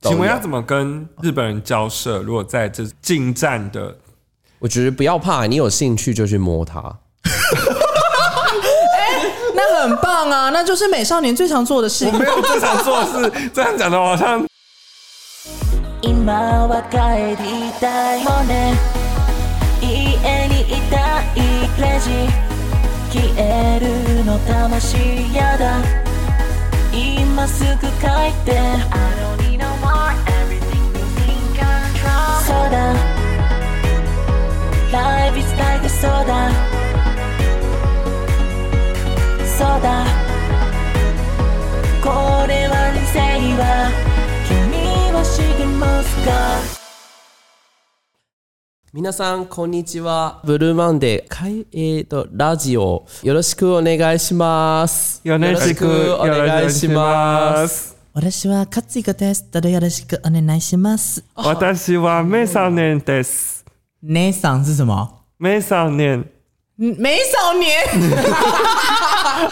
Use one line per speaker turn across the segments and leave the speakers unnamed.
都
请问
有
要怎么跟日本人交涉？如果在这近战的，
我觉得不要怕，你有兴趣就去摸它。
那很棒啊，那就是美少年最常做的事
我。 没有正常做事，这样讲的好像
今は帰りたいもんね家にいたいレジ消えるの魂やだ今すぐ帰って I don't need no more everything you think I'm wrong そうだ Life is like a soda そうだこれは人生は君は知りますか
皆さんこんにちは。ブルーマンデー会えーとラジオよろしくお願いします。
有那几个
よろしくお願いします。
す。
私は勝つ一个 test でよろしくお願いします。
我但希望美少年的是
姉さん是什么？
美少年，
嗯美少年，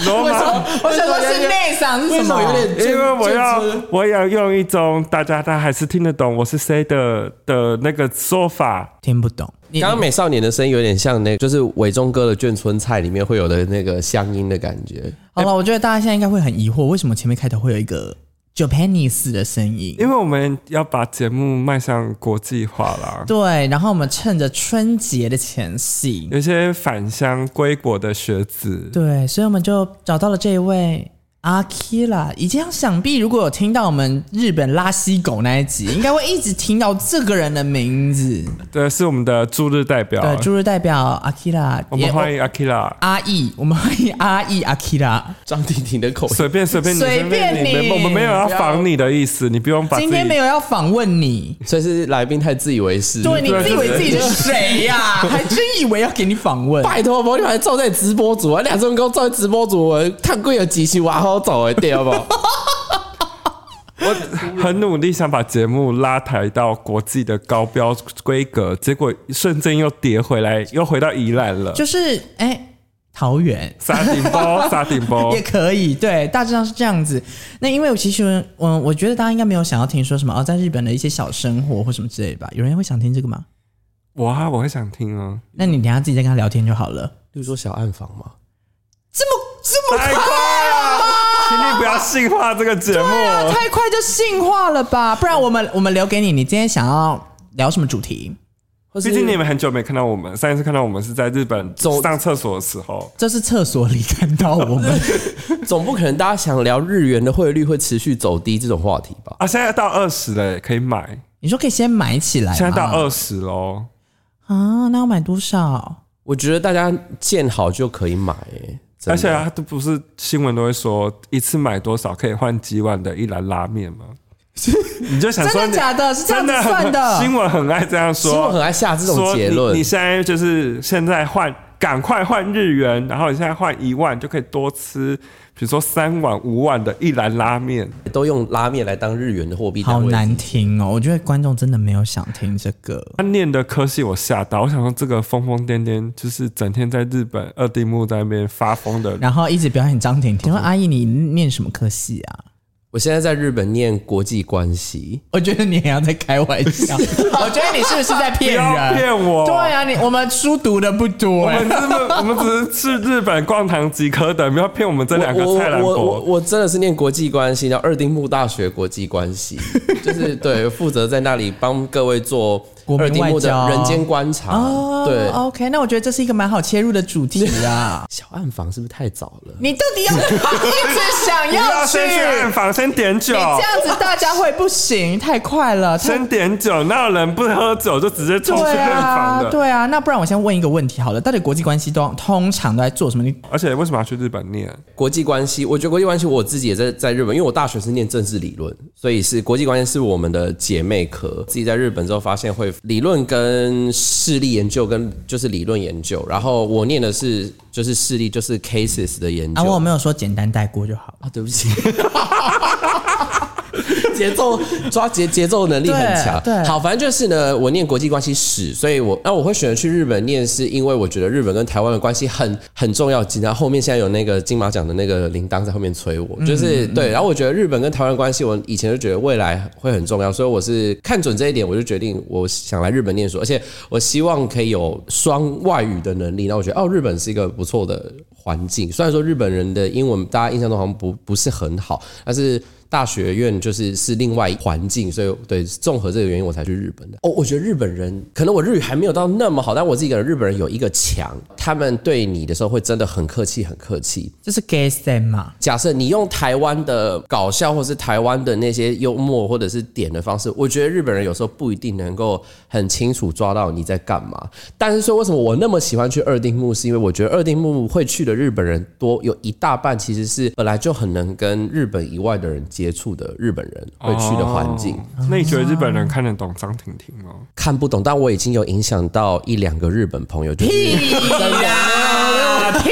罗马，
我想说是内嗓是
哎
什么？
因为我要我要用一种大家他还是听得懂我是谁的的那个说法。
听不懂。你
刚刚美少年的声音有点像那，就是伟忠哥的眷村菜里面会有的那个乡音的感觉。
好了，我觉得大家现在应该会很疑惑，为什么前面开头会有一个 Japanese 的声音？
因为我们要把节目迈向国际化啦，
对，然后我们趁着春节的前夕，
有一些返乡归国的学子，
对，所以我们就找到了这一位阿 k 啦。已经想必如果有听到我们日本拉稀狗那一集，应该会一直听到这个人的名字。
对，是我们的驻日代表，
对，驻日代表阿 k 啦，
我们欢迎 Akira，
阿义，我们欢迎阿义阿 k 啦。
张婷婷的口音，
随便随便你，
随便你
没我们没有要防你的意思，你不用把自己
今天没有要访问你，
所以是来宾太自以为是。
对，你自以为自己是谁呀、还真以为要给你访 问。
拜托，我你还照在直播组啊，两分钟照在直播组，我看贵有几期我好走一点好不好？
很努力想把节目拉抬到国际的高标规格，结果瞬间又跌回来，又回到宜兰了。
就是哎、桃园
沙顶包，沙顶包
也，可以，对，大致上是这样子。那因为其实，嗯，我觉得大家应该没有想要听说什么哦，在日本的一些小生活或什么之类的吧？有人会想听这个吗？
我啊，我会想听哦，
那你等一下自己再跟他聊天就好了。
例如说小暗房嘛，
这么这么
太快了，请你不要性化这个节目。
太快啊就性化了吧？不然我们我们留给你，你今天想要聊什么主题？
或是
毕竟你们很久没看到我们，上一次看到我们是在日本
走
上厕所的时候。
这是厕所里看到我们，
总不可能大家想聊日元的汇率会持续走低这种话题吧？
啊，现在到二十了耶，可以买。
你说可以先买起来吗，
现在到二十喽，
啊？那要买多少？
我觉得大家见好就可以买、欸，真的
而且啊，都不是新闻都会说一次买多少可以换几碗的一兰拉面吗？ 你就想说
真
你
的假的是这样子
真很
算的
新闻很爱这样说，
新闻很爱下这种
说
结
你
论
你。现在就是现在换，赶快换日元，然后你现在换一万就可以多吃，比如说三碗五碗的一兰拉面。
都用拉面来当日元的货币单
好
位，
难听哦！我觉得观众真的没有想听这个。
他念的科系我吓到，我想说这个疯疯癫癫，就是整天在日本二丁目在那边发疯的人。
然后一直表演张婷婷。我说阿姨，你念什么科系啊？
我现在在日本念国际关系，
我觉得你也要在开玩 笑，我觉得你是不是在骗
不
人？
要骗我
对啊，你我们书读的不多、
我
哎
们只是我们只是去日本逛堂即可的，不要骗我们这
我
两个菜篮
我我
婆。
我我真的是念国际关系，然后二丁目大学国际 关系，就是对负责在那里帮各位做
国民
二丁目
外交
的人间观察，
哦，
对。。
，OK，那我觉得这是一个蛮好切入的主题啊
小暗房是不是太早了？
你到底要 一直想
不
要
要
去？
先去暗
你
访，先点酒
这，样子大家会不行，太快了，太
先点酒，哪有人不喝酒就直接冲去
对
暗访
啊，
的？
对啊。那不然我先问一个问题好了，到底国际关系都通常都在做什么？你
而且为什么要去日本念？
国际关系，我觉得国际关系我自己也在在日本，因为我大学是念政治理论，所以是国际关系是我们的姐妹科。自己在日本之后发现会理论跟事例研究跟就是理论研究，然后我念的是就是事例就是
啊
cases 的研究。
哦 啊，我没有说简单带过就好了。
啊，对不起， 节奏抓节节奏能力很强。
对对
好，反正就是呢，我念国际关系史，所以我那我会选择去日本念，是因为我觉得日本跟台湾的关系很很重要。然后后面现在有那个金马奖的那个铃铛在后面催我，
嗯
就是对。然后我觉得日本跟台湾的关系，我以前就觉得未来会很重要，所以我是看准这一点，我就决定我想来日本念书，而且我希望可以有双外语的能力。那我觉得哦，日本是一个不错的环境，虽然说日本人的英文大家印象中好像不不是很好，但是。大学院就是是另外环境，所以对综合这个原因我才去日本的。哦，我觉得日本人可能我日语还没有到那么好，但我自己感觉日本人有一个强，他们对你的时候会真的很客气，很客气。
就是 gay stand 嘛，
假设你用台湾的搞笑，或是台湾的那些幽默或者是点的方式，我觉得日本人有时候不一定能够很清楚抓到你在干嘛。但是说为什么我那么喜欢去二丁目，是因为我觉得二丁目会去的日本人多，有一大半其实是本来就很能跟日本以外的人接触的日本人会去的环境。
哦那你觉得日本人看得懂张婷婷吗？
看不懂，但我已经有影响到一两个日本朋友，就是真的
啦，屁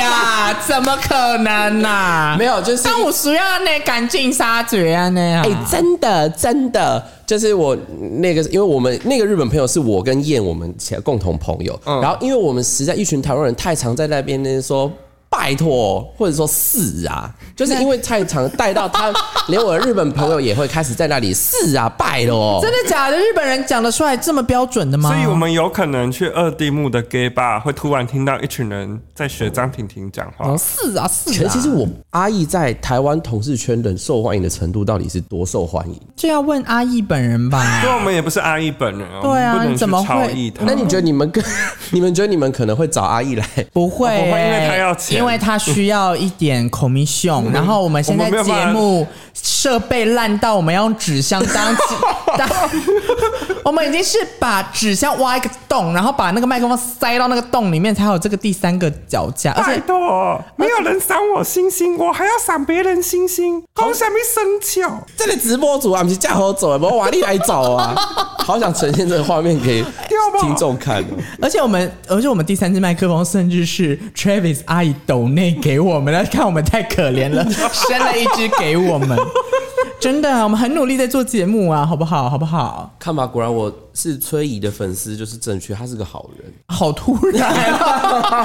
啦，怎么可能呐、啊？
没有，就是
但我需要那赶尽杀绝啊那样。
哎、真的真的，就是我那个，因为我们那个日本朋友是我跟燕我们起来共同朋友，然后因为我们实在一群台湾人太常在那边呢说。拜托，或者说是啊，就是因为太常带到他，连我的日本朋友也会开始在那里是啊，拜咯。
真的假的？日本人讲得出来这么标准的吗？
所以我们有可能去二地目的 gay bar，会突然听到一群人在学张婷婷讲话。
哦是啊是啊，
可是其实我阿义在台湾同事圈的受欢迎的程度到底是多受欢迎？
这要问阿义本人吧。
因为我们也不是阿义本人哦，
对啊
我们不能
你
去
怎么会
超意他。
那你觉得你们跟 你们觉得你们可能会找阿义来
不会、
哦不会因为
欸
他要钱嗯
因为他需要一点 commission、然后我们现在
我们没有办
节
法
目设备烂到我们要用纸箱当当， 我们已经是把纸箱挖一个洞，然后把那个麦克风塞到那个洞里面，才有这个第三个脚架。而
拜
且
托，没有人赏我星星，我还要赏别人星星，好想被生巧。
这个直播主啊，不是架好走啊，不瓦力来找啊，好想呈现这个画面给
不
听众看哦。
而且我们，而且我们第三支麦克风甚至是 Travis 阿姨抖内给我们的，看我们太可怜了，生了一支给我们。真的，我们很努力在做节目啊，好不好？好不好？
看吧，果然我是崔怡的粉丝，就是正确，他是个好人。
好突然啊，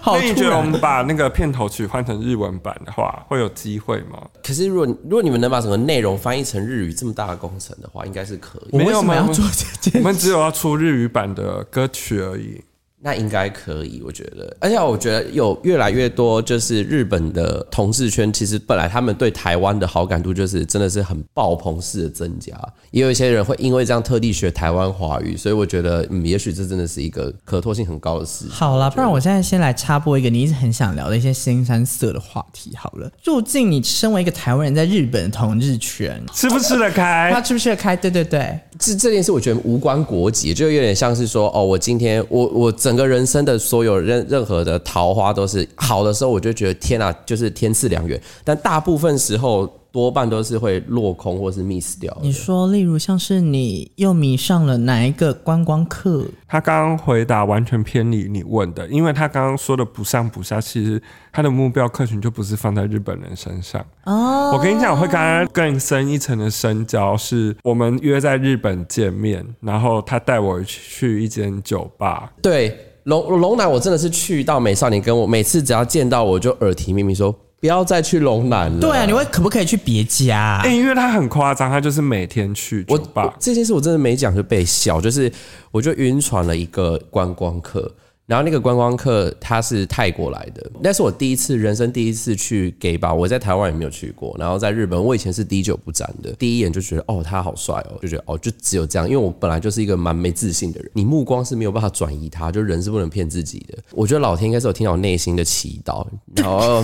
好
那你
突
觉得我
然。
们把那个片头曲换成日文版的话，会有机会吗？
可是如果如果你们能把整个内容翻译成日语，这么大的工程的话，应该是可以
我。
没
为
有
什么
没有
要
没有
做
我
这件
们
事？
只有要出日语版的歌曲而已。
那应该可以，我觉得。而且啊我觉得有越来越多，就是日本的同志圈，其实本来他们对台湾的好感度就是真的是很爆棚式的增加，也有一些人会因为这样特地学台湾华语，所以我觉得，嗯，也许这真的是一个可拓性很高的事情。
好了，不然我现在先来插播一个你一直很想聊的一些新三色的话题。好了，入境你身为一个台湾人，在日本同日圈，
吃不吃得
他
开？
吃不吃得开？对对对，
这这件事我觉得无关国籍，就有点像是说，哦，我今天我我整个人生的所有任任何的桃花都是好的时候，我就觉得天啊，就是天赐良缘，但大部分时候多半都是会落空或是 miss 掉的。
你说，例如像是你又迷上了哪一个观光客？
他刚刚回答完全偏离你问的，因为他刚刚说的不上不下，其实他的目标客群就不是放在日本人身上。
哦，
我跟你讲，我会跟他更深一层的深交，是我们约在日本见面，然后他带我去一间酒吧，
对龙龙南，我真的是去到美少年跟我每次只要见到我就耳提面命说不要再去龙南了。
对啊，你会可不可以去别家、啊
欸因为他很夸张，他就是每天去酒
我
吧
我。这件事我真的没讲就被笑，就是我就晕船了一个观光客，然后那个观光客他是泰国来的，那是我第一次人生第一次去 gay 吧，我在台湾也没有去过，然后在日本我以前是滴酒不沾的，第一眼就觉得哦他好帅哦，就觉得哦就只有这样，因为我本来就是一个蛮没自信的人，你目光是没有办法转移他，就人是不能骗自己的，我觉得老天应该是有听到我内心的祈祷，然后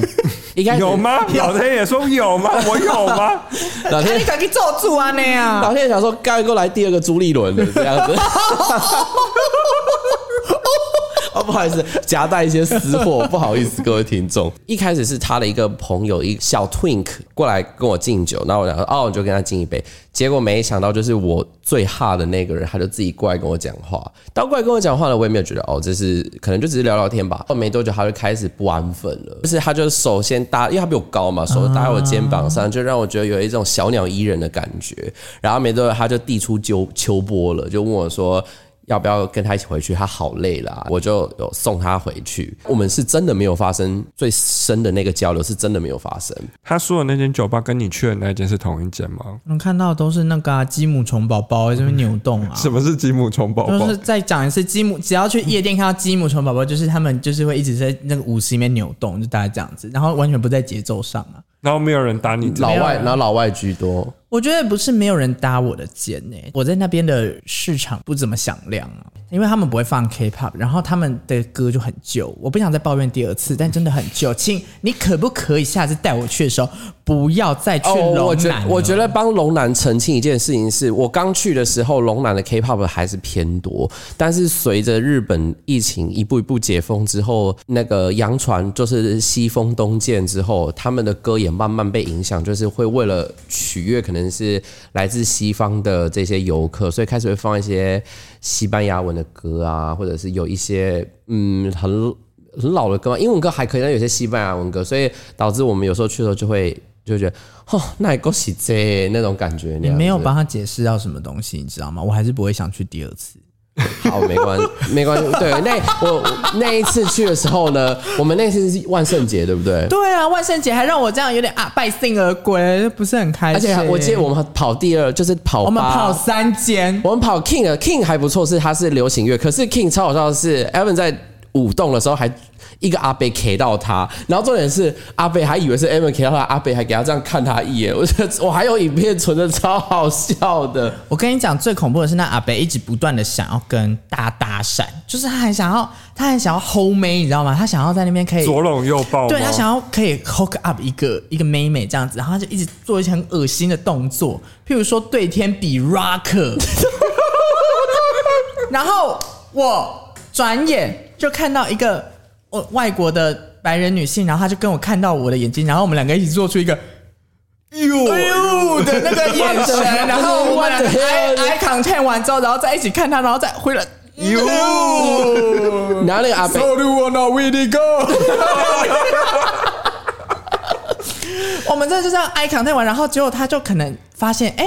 应 该
有？ 吗？老天也说有吗？我有吗？
老
那
天
你敢去做住啊那样、
老天想说，该过来第二个朱立伦的这样子。哦，不好意思，夹带一些私货，不好意思，各位听众。一开始是他的一个朋友，一个小 twink 过来跟我敬酒，那我讲说哦，我就跟他敬一杯。结果没想到，就是我最哈的那个人，他就自己过来跟我讲话。当过来跟我讲话呢，我也没有觉得哦，这是可能就只是聊聊天吧。后没多久，他就开始不安分了，就是他就首先搭，因为他比我高嘛，手搭在我肩膀上，就让我觉得有一种小鸟依人的感觉。然后没多久，他就递出秋秋波了，就问我说。要不要跟他一起回去？他好累啦、我就有送他回去。我们是真的没有发生最深的那个交流，是真的没有发生。
他说的那间酒吧跟你去的那间是同一间吗？
能看到都是那个、啊、鸡母虫宝宝在这边扭动啊。
什么是吉姆虫宝宝？
就是再讲一次，鸡母只要去夜店看到鸡母虫宝宝，就是他们就是会一直在那个舞池里面扭动，就大概这样子，然后完全不在节奏上啊。
然后没有人打你这
老外，然后老外居多，
我觉得不是没有人搭我的肩呢、我在那边的市场不怎么响亮啊，因为他们不会放 K-pop，然后他们的歌就很旧，我不想再抱怨第二次，但真的很旧，请你可不可以下次带我去的时候不要再去龙南、
哦我觉我觉得帮龙南澄清一件事情是，我刚去的时候，龙南的 K-pop 还是偏多，但是随着日本疫情一步一步解封之后，那个洋传就是西风东渐之后，他们的歌也慢慢被影响，就是会为了取悦可能是来自西方的这些游客，所以开始会放一些西班牙文的歌啊，或者是有一些嗯很。很老的歌嘛，英文歌还可以，但有些西班牙文歌，所以导致我们有时候去的时候就会就会觉得，哦，那也够喜这那种感觉。
你
那样
没有
子
帮他解释到什么东西，你知道吗？我还是不会想去第二次。
好，没关没 关系。对，那我那一次去的时候呢，我们那次是万圣节，对不对？
对啊，万圣节还让我这样有点啊败兴而归，不是很开
而
心。
且我记得我们跑第二，就是跑
我们
八
跑三间，
我们跑 King 的 King 还不错，是它是流行乐，可是 King 超好笑的是，Evan 在舞动的时候还。一个阿贝 K 到他，然后重点是阿贝还以为是 Evan K 到他，阿贝还给他这样看他一眼， 我觉得我还有影片存的超好笑的。
我跟你讲，最恐怖的是那阿北一直不断的想要跟大家搭讪，就是他很想要，他很想要 hold 妹，你知道吗？他想要在那边可以
左拢右抱吗？
对他想要可以 hook up 一个一个妹妹这样子，然后他就一直做一些很恶心的动作，譬如说对天比 rock，然后我转眼就看到一个我外国的白人女性，然后她就跟我看到我的眼睛，然后我们两个一起做出一个。哟呦的那个 眼神，然后我们
What the hell？
eye eye contact 完之后，然后再一起看她，然后再回来哟。
然后那个阿贝
So do I know where to go 。我们这就这样 eye contact 完，然后结果他就可能发现，哎、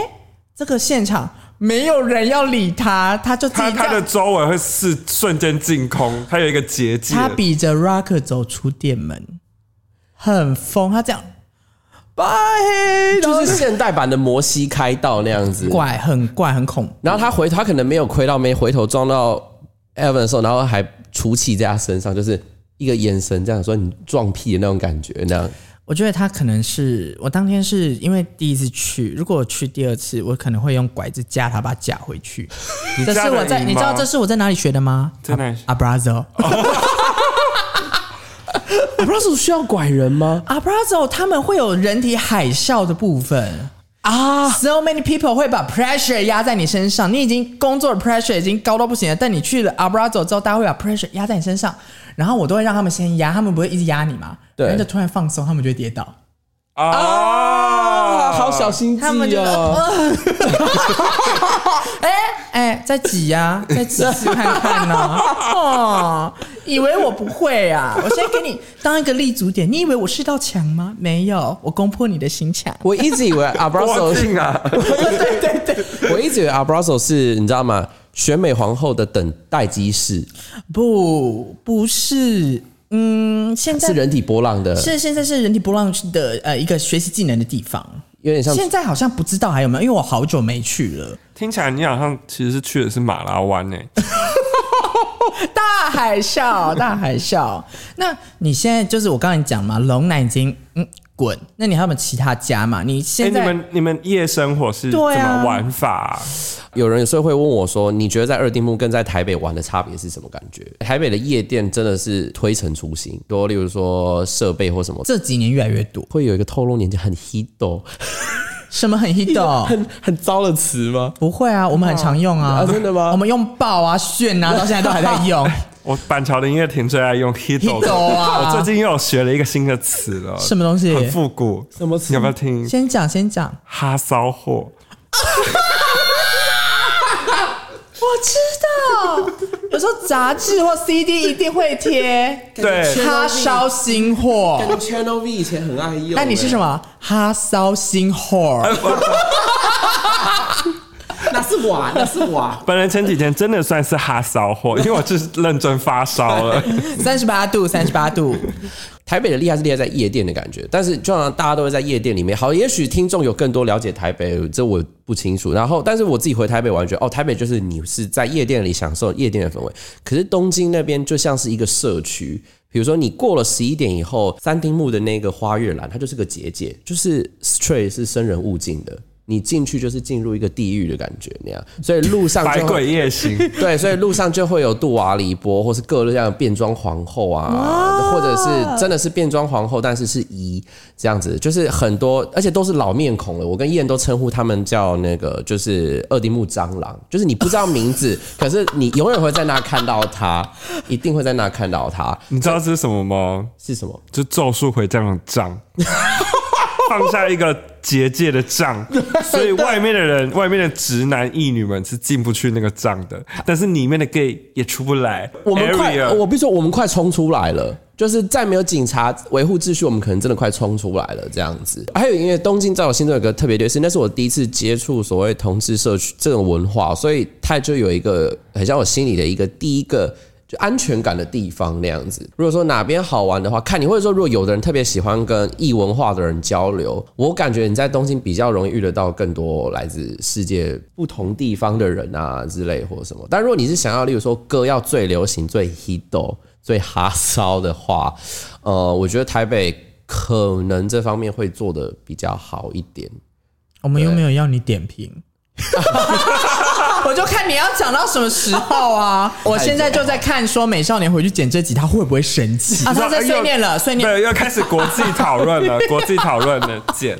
这个现场没有人要理他，他就自
他
己
他
这
的
样。
周围会是瞬间净空，他有一个结界。
他比着 Rock 走出店门，很疯，他这样，拜，然
就
后
是现代版的摩西开道那样子，
怪，很怪，很恐怖。
然后他回他可能没有亏到没回头撞到 Evan 的时候，然后还出气在他身上，就是一个眼神这样说你撞屁的那种感觉，那样
我觉得他可能是我当天是因为第一次去，如果我去第二次，我可能会用拐子架他，把他架回去。
你
这
家
是
人
我在，
赢
你知道
吗
这是我在哪里学的吗？
在哪里学
阿 b r a z o
阿布拉斯需要拐人吗？
阿 b r a z o 他们会有人体海啸的部分。
啊，
So many people 会把 pressure 压在你身上，你已经工作的 pressure 已经高到不行了，但你去了 Abrazo 之后，大家会把 pressure 压在你身上，然后我都会让他们先压，他们不会一直压你嘛，
对
然后就突然放松，他们就会跌倒，
啊
啊，好小心机
他们 就
哦！
呃哎哎，再挤 呀、再挤挤看看呢、哦，以为我不会啊，我先给你当一个立足点，你以为我是道墙吗？没有，我攻破你的心墙。
我一直以 为阿布拉
多
斯，
近啊！
对对对，
我一直以为阿布拉斯是你知道吗？选美皇后的等待机室
不，不是，嗯，现在
是人体波浪的，
是现在是人体波浪的呃一个学习技能的地方。
有点像
现在好像不知道还有没有，因为我好久没去了。
听起来你好像其实是去的是马拉湾呢、
大海啸，大海啸。那你现在就是我刚才讲嘛，龙奶已经嗯滚，那你还有没有其他家嘛？你
哎、
现
你
在、
们你们夜生活是怎
对啊
么玩法、啊？
有人有时候会问我说：“你觉得在二丁目跟在台北玩的差别是什么感觉？”台北的夜店真的是推陈出新，多例如说设备或什么，
这几年越来越多，
会有一个透露年纪很 hit 哦
什么很 hit 哦
很很糟的词吗？
不会啊，我们很常用啊，
啊真的吗
我们用爆啊、炫啊，到现在都还在用。
我板桥的音乐亭最爱用 Hido，的
Hido 啊
我最近又有学了一个新的词了，
什么东西
很复古，
什么词
你要不要听？
先讲，先讲，
哈骚货，
我知道，有时候杂志或 CD 一定会贴
对
哈烧新货。
跟 Channel V 以前很爱用、
那你是什
么？
么？哈烧新货？
那是我，啊那是我。
本人前几天真的算是哈骚货，因为我就是认真发烧
哦
了。
三十八度，三十八度。
台北的厉害是厉害在夜店的感觉，但是就好像大家都会在夜店里面。好，也许听众有更多了解台北，这我不清楚。然后，但是我自己回台北玩，觉得哦，台北就是你是在夜店里享受夜店的氛围。可是东京那边就像是一个社区，比如说你过了十一点以后，三丁目的那个花月兰，它就是个结界，就是 straight 是生人勿近的。你进去就是进入一个地狱的感觉那样，所以路上就
百
会
鬼夜行，
对，所以路上就会有杜瓦黎波，或是各类这样的变装皇后啊，或者是真的是变装皇后，但是是姨这样子，就是很多，而且都是老面孔了。我跟燕都称呼他们叫那个，就是二丁目蟑螂，就是你不知道名字，可是你永远会在那看到他，一定会在那看到他
你知道这是什么吗？
是什么？
就《咒术回战》的 杖，放下一个结界的杖，所以外面的人，外面的直男异女们是进不去那个杖的，但是里面的 gay 也出不来。
我们快
Area，
我必须说，我们快冲出来了。就是再没有警察维护秩序，我们可能真的快冲出来了这样子。还有，因为东京在我心中有个特别的事，那是我第一次接触所谓同志社区这种文化，所以它就有一个很像我心里的一个第一个就安全感的地方那样子。如果说哪边好玩的话，看你或者说如果有的人特别喜欢跟异文化的人交流，我感觉你在东京比较容易遇得到更多来自世界不同地方的人啊之类或什么。但如果你是想要，例如说歌要最流行、最 hit 最哈骚的话，呃，我觉得台北可能这方面会做的比较好一点。
我们又没有要你点评， 我就看你要讲到什么时候啊！ 我现在就在看，说美少年回去剪这集，他会不会生气啊？
你知道哎
他在碎念了，
又
碎念！
对，又开始国际讨论 了，国际讨论了，见。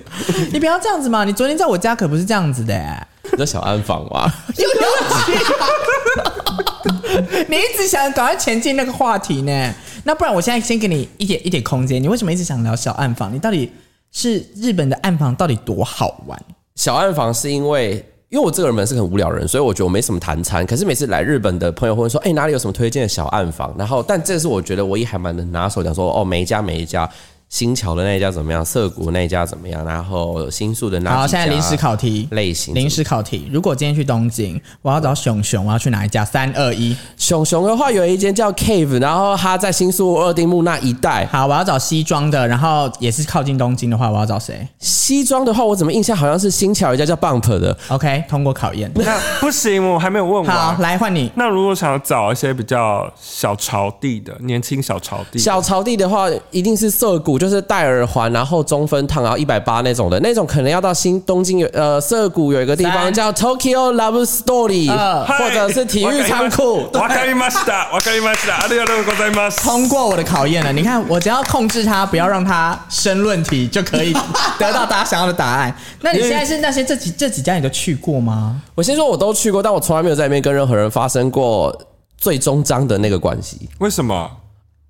你不要这样子嘛！你昨天在我家可不是这样子的、欸，
你知道小安啊房吗？
又啊有趣、 你一直想赶快前进那个话题呢？那不然我现在先给你一点一点空间，你为什么一直想聊小暗房？你到底是日本的暗房到底多好玩？
小暗房是因为。因为我这个人是个很无聊的人，所以我觉得我没什么谈餐。可是每次来日本的朋友会说：“哎、哪里有什么推荐的小暗房？”然后，但这是我觉得唯一还蛮能拿手讲说：“哦，每一家每一家，新桥的那一家怎么样，涩谷那一家怎么样，然后新宿的那……”
好，现在临时考题
类型
临时考题，如果今天去东京，我要找熊熊，我要去哪一家？三二一，
熊熊的话，有一间叫 Cave，然后它在新宿二丁目那一带。
好，我要找西装的，然后也是靠近东京的话，我要找谁
西装的话，我怎么印象好像是新桥有一家叫 Bump 的？
？OK，通过考验。
那不行，我还没有问
好，
完。
来换你。
那如果想要找一些比较小潮地的年轻小潮地，
小草地的话，一定是涩谷，就是戴耳环，然后中分烫，然后一百八那种的，那种可能要到新东京有呃涩谷有一个地方
三
叫 Tokyo Love Story，、
二
或者是体育仓库。
わかりました。わかりました。ありがとうございます。
通过我的考验了，你看，我只要控制他，不要让他申论题，就可以 得到大家想要的答案。那你现在是那些这几这几家你都去过吗？
我先说我都去过，但我从来没有在那边跟任何人发生过最终章的那个关系，
为什么？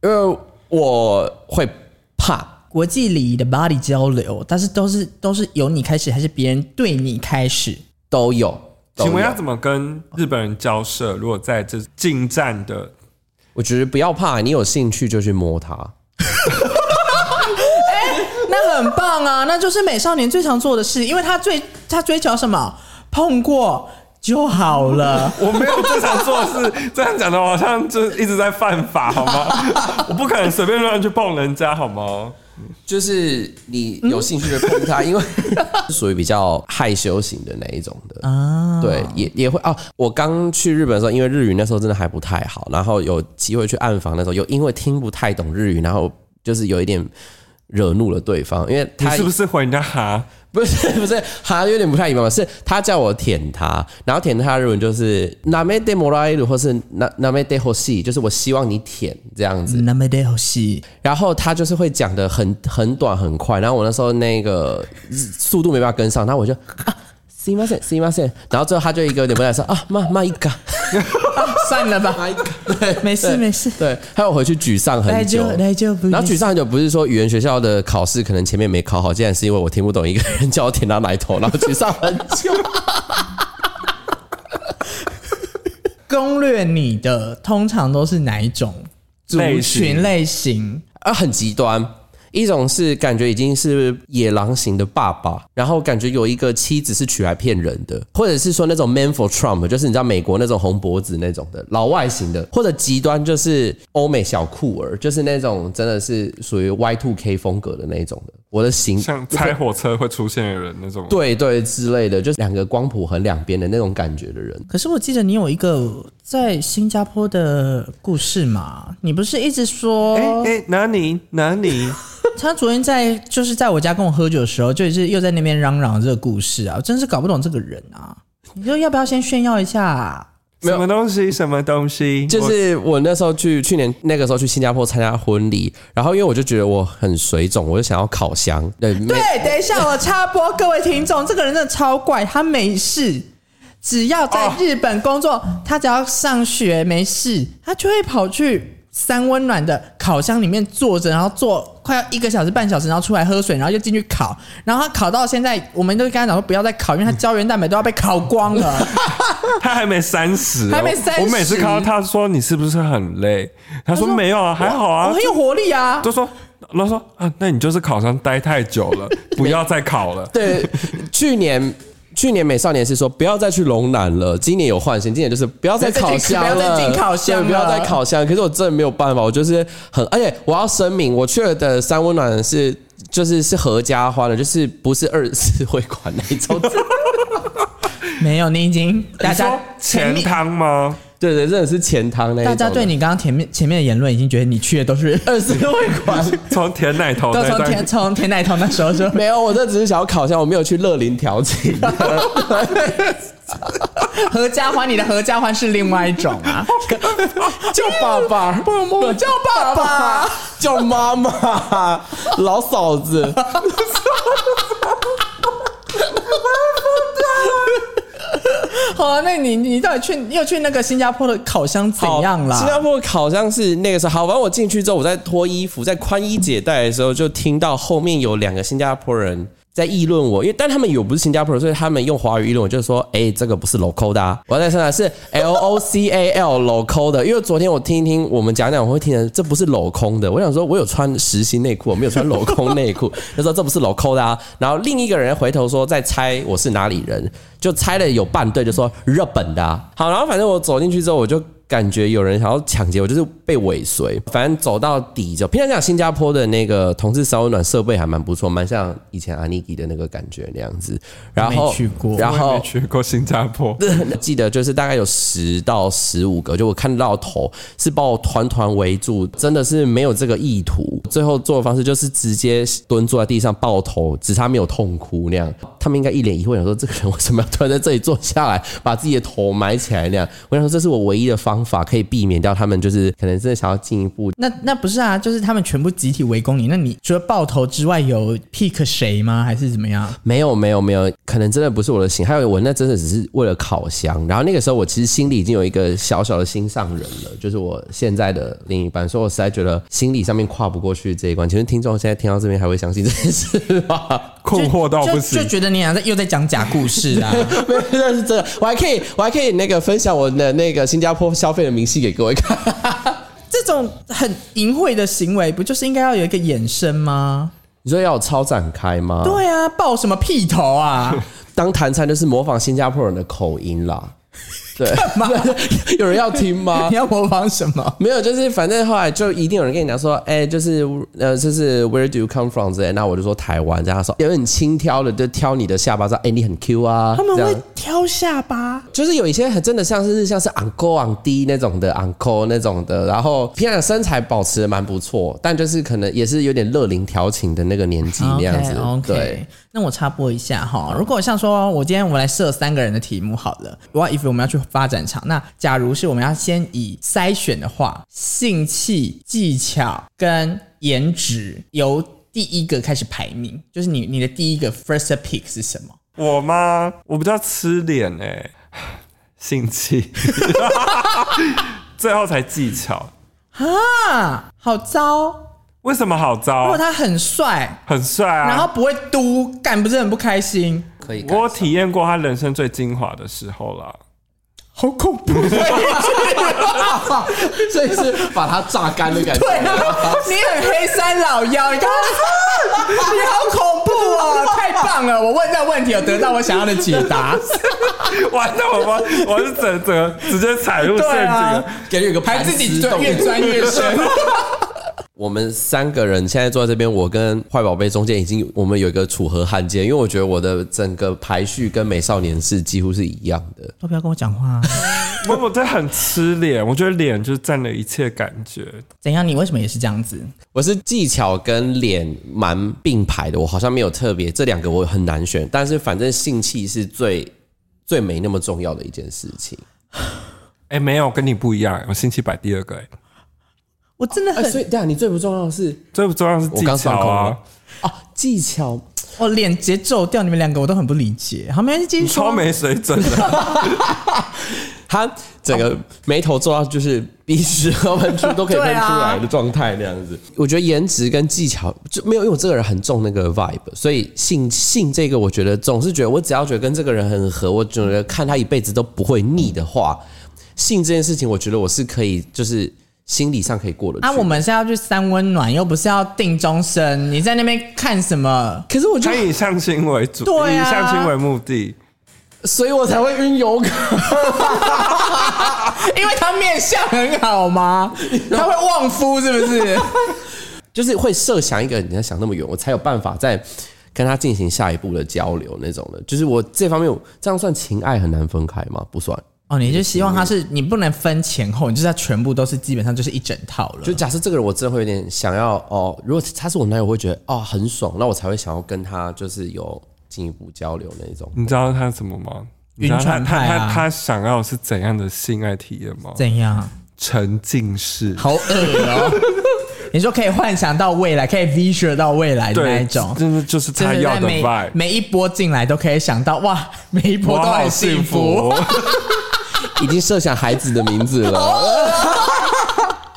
因为我会怕。
国际礼仪的 body 交流，但是都是都是由你开始，还是别人对你开始？
都有。都
请问啊
有
要怎么跟日本人交涉？如果在这近战的，
我觉得不要怕，你有兴趣就去摸它。
那很棒啊，那就是美少年最常做的事，因为他最他追求什么？碰过就好了。
我没有这场做事，这样讲的好像就一直在犯法，好吗？我不可能随便乱去碰人家，好吗？
就是你有兴趣就碰它，因为
嗯
是属于比较害羞型的那一种的啊。对，也也会哦。我刚去日本的时候，因为日语那时候真的还不太好，然后有机会去暗访的时候，有因为听不太懂日语，然后就是有一点惹怒了对方，因为
你
他
是不是回人家哈？
不是不是， 好像有点不太一样吧？是他叫我舔他，然后舔他的日文就是“ n a m e de m o r a i r 或是“ na n a m e de h o s i 就是我希望你舔这样子。
那么的游戏，
然后他就是会讲的很很短很快，然后我那时候那个速度没办法跟上，然后我就啊。すいません，すいません。然后最后他就一个有点不耐烦说啊，妈妈一啊嘎，
算了吧，
妈一嘎，对，
没事
对
没事
对，还有回去沮丧很久，
大丈夫大丈夫
然后沮丧很久不是说语言学校的考试可能前面没考好，竟然是因为我听不懂一个人叫我舔他奶头，然后沮丧很久。
攻略你的通常都是哪一种族
类型
群类型？
啊，很极端。一种是感觉已经是野狼型的爸爸，然后感觉有一个妻子是娶来骗人的，或者是说那种 man for Trump，就是你知道美国那种红脖子那种的老外型的，或者极端就是欧美小酷儿，就是那种真的是属于 Y two K 风格的那种的。我的型
像拆火车会出现的人那种。，
对对之类的，就是两个光谱很两边的那种感觉的人。
可是我记得你有一个在新加坡的故事嘛，你不是一直说、
哎哎，哪里哪里？
他昨天在就是在我家跟我喝酒的时候，就是又在那边嚷嚷这个故事啊，我真是搞不懂这个人啊！你说要不要先炫耀一下、啊？
没有
什么东西？什么东西？
就是我那时候去去年那个时候去新加坡参加婚礼，然后因为我就觉得我很水肿，我就想要烤箱。对，对啊
对，等一下我插播各位听众，这个人真的超怪，他没事，只要
哦
在日本工作，他只要上学没事，他就会跑去三温暖的烤箱里面坐着，然后坐快要一个小时、半小时，然后出来喝水，然后就进去烤，然后他烤到现在，我们都跟他讲说不要再烤，因为他胶原蛋白都要被烤光 了。
哦我他还没三十，哦
还没30
我每次看到他说你是不是很累？他说没有啊，还好啊
我。很有活力啊。
就说，然后说啊，那你就是烤箱待太久 了，不要再烤了。
对，去年 去年美少年是说不要再去龙南了，今年有换新，今年就是不要再烤箱了，
不要再进烤箱了
对不要再烤箱。可是我真的没有办法，我就是很，而且我要声明，我去的三温暖是就是是合家欢的，就是不是二次会馆那一种。
没有，你已经大
你
家
说
前
钱
面，
汤吗？
对对，真的是钱汤那一种
大
的。
家对你刚刚前面前面的言论已经觉得你去的都是
二次会馆
从甜奶头
都
那
从天
段，
从天奶头那时候就
没有，我这只是想要烤箱，我没有去乐林调情。
合家欢，你的合家欢是另外一种 啊，
叫爸爸，
我叫 哦爸爸，
叫妈妈，老嫂子。
好啊，那你你到底去你有去那个新加坡的烤箱怎
好
样
新加
啦？
坡好像是那个时候，好，反正我进去之后，我在脱衣服，在宽衣解带的时候，就听到后面有两个新加坡人在议论我，因为但他们有不是新加坡人，所以他们用华语议论我，就是说，哎、这个不是 local 的、啊，我在上海是 L O C A L local 的，因为昨天我听一听我们讲讲，我会听成这不是镂空的，我想说我有穿实心内裤，我没有穿镂空内裤，他说这不是 local 的啊，然后另一个人回头说在猜我是哪里人，就猜了有半对，就说日本的、啊，好，然后反正我走进去之后，我就。感觉有人想要抢劫我，就是被尾随。反正走到底就，平常讲新加坡的那个同志烧温暖设备还蛮不错，蛮像以前阿尼基的那个感觉那样子。然后
没去过
然
我也
后
没去过新加坡，
记得就是大概有十到十五个，就我看到头是把我团团围住，真的是没有这个意图。最后做的方式就是直接蹲坐在地上抱头，只差没有痛哭那样。他们应该一脸疑惑，想说这个人为什么要突然在这里坐下来，把自己的头埋起来那样？我想说这是我唯一的方法，可以避免掉他们就是可能真的想要进一步。
那那不是啊，就是他们全部集体围攻你。那你除了爆头之外，有 pick 谁吗？还是怎么样？
没有没有没有，可能真的不是我的型。还有我那真的只是为了烤箱。然后那个时候我其实心里已经有一个小小的心上人了，就是我现在的另一半。所以我实在觉得心理上面跨不过去这一关。请问听众现在听到这边还会相信这件事吗？
困
哦
惑到不
就就
行
就。觉得你俩在又在讲假故事 啊。
没有，但是真的，我还可以我还可以那个分享我的那个新加坡消费的明细给各位看。
这种很淫秽的行为，不就是应该要有一个衍生吗？
你说要有超展开吗？，
对啊，爆什么屁头 啊！
当谈餐就是模仿新加坡人的口音啦。对， 有人要听吗
你？要模仿什么？
没有，就是反正后来就一定有人跟你讲说，哎、就是呃，就是 Where do you come from 之类，那我就说台湾，这样他说有点轻佻的，就挑你的下巴说，哎、你很 Q 啊，
他们
这
会
样
挑下巴，
就是有一些很真的像是像是 uncle u n d 那种的 uncle 那种的，然后平常身材保持的蛮不错，但就是可能也是有点乐龄调情的那个年纪那样子
o k
对。
那我插播一下哈，如果像说我今天我们来设三个人的题目好了，我要 if 我们要去发展场，那假如是我们要先以筛选的话，性器、技巧跟颜值由第一个开始排名，就是你你的第一个 first pick 是什么？
我吗？我比较吃脸哎、性气， 最后才技巧。
啊，好糟！
为什么好
如
糟
果？他很帅，
很帅啊！
然后不会嘟，干不是很不开心，
可以感 受。
我体验过他人生最精华的时候啦。
好恐怖！
所以是把它榨干的感觉。
对啊，你很黑山老 妖，你看，你好恐怖哦！太棒了，我问这问题有得到我想要的解答，
完蛋，我我我是整整直接踩入陷阱
对啊
了。，
给你一个
还
盘
自己
丝
钻
洞，
越钻越深，
我们三个人现在坐在这边，我跟坏宝贝中间已经有我们有一个楚河汉界，因为我觉得我的整个排序跟美少年是几乎是一样的。
都不要跟我讲话。啊
我我真的很吃脸，我觉得脸就是占了一切感觉。
怎样？你为什么也是这样子？
我是技巧跟脸蛮并排的，我好像没有特别这两个我很难选，但是反正性气是最最没那么重要的一件事情。
哎、没有，跟你不一样，我星期摆第二个、哎，
我真的
哎、所
很，
以对啊，你最不重要的是
最不重要是技
我刚
巧
上空
啊
了。哦，技巧
我哦脸直接皱掉，你们两个我都很不理解。好，没关系，继续
你超
说。
没水准 的，
他整个眉头做到就是鼻屎和喷出都可以喷出来的状态那样子。啊我觉得颜值跟技巧就没有，因为我这个人很重那个 vibe，所以性性这个我觉得总是觉得我只要觉得跟这个人很合，我觉得看他一辈子都不会腻的话，性这件事情我觉得我是可以就是心理上可以过得去。
啊，我们是要去三温暖，又不是要定终身。你在那边看 什么？
可是我就
他以相亲为主，
对啊
以相亲为目的。
所以我才会晕油感。
因为他面相很 好吗？他会旺夫是不是？
就是会设想一个你要想那么远，我才有办法再跟他进行下一步的交流那种的。就是我这方面，我这样算情爱很难分开吗？不算。
哦，你就希望他是你不能分前后，你就是要全部都是基本上就是一整套了。
就假设这个人我真的会有点想要哦，如果他是我男友，我会觉得哦很爽，那我才会想要跟他就是有进一步交流那种。
你知道他什么吗？你知道他
晕船
他
派啊
他他想要是怎样的性爱体验吗？
怎样？
沉浸式，
好恶哦！ 你说可以幻想到未来，可以 visual 到未来的那
对
一种，，
真的就是
真
他要
在
的
每
vibe。
每一波进来都可以想到哇，每一波
我
都
好
很幸
幸
福。
福，
已经设想孩子的名字 了，
哦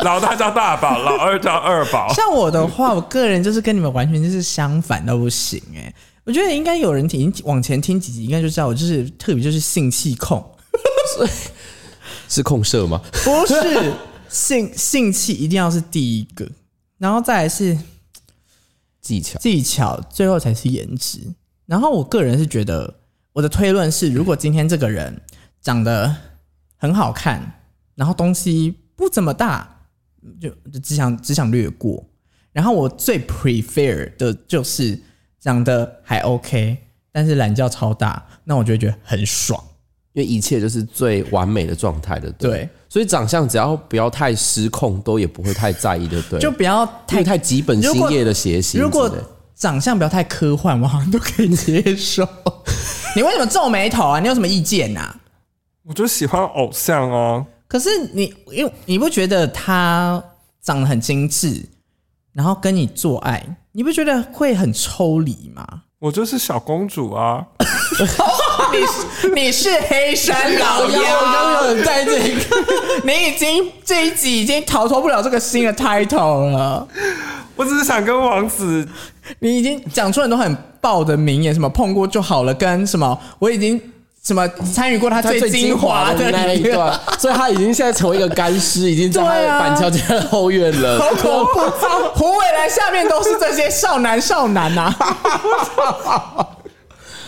老大叫大宝，老二叫二宝。
像我的话，我个人就是跟你们完全就是相反到不行哎、我觉得应该有人听往前听几集，应该就知道我就是特别就是性气控，
是控射吗？
不是 性性气一定要是第一个，然后再来是
技巧
技巧，最后才是颜值。然后我个人是觉得，我的推论是，如果今天这个人长得很好看，然后东西不怎么大，就就只想只想略过。然后我最 prefer 的就是长得还 OK，但是懒觉超大，那我就会觉得很爽。
因为一切就是最完美的状态的，对不对。
对
所以长相只要不要太失控，都也不会太在意，对不对？
就不要
因
太
为太基本
如
兴
果
业的邪行之类
如
的，
果长相不要太科幻，我好像都可以接受。你为什么皱眉头啊？你有什么意见啊？
我就喜欢偶像哦，
可是你，因为你不觉得他长得很精致，然后跟你做爱，你不觉得会很抽离吗？
我就是小公主啊。
你是你是黑山老
刚
妖，
很在意这一个，
你已经这一集已经逃脱不了这个新的 title 了。
我只是想跟王子，
你已经讲出很多很爆的名言，什么碰过就好了，跟什么我已经什么参与过他
他
最
最
精
精
华
华
的
的那一
个
段， 所以他已经现在成为一个干尸，已经在他
对
的
啊
板桥家的后院了。
好恐怖！ 胡伟来下面都是这些少男少男呐、啊。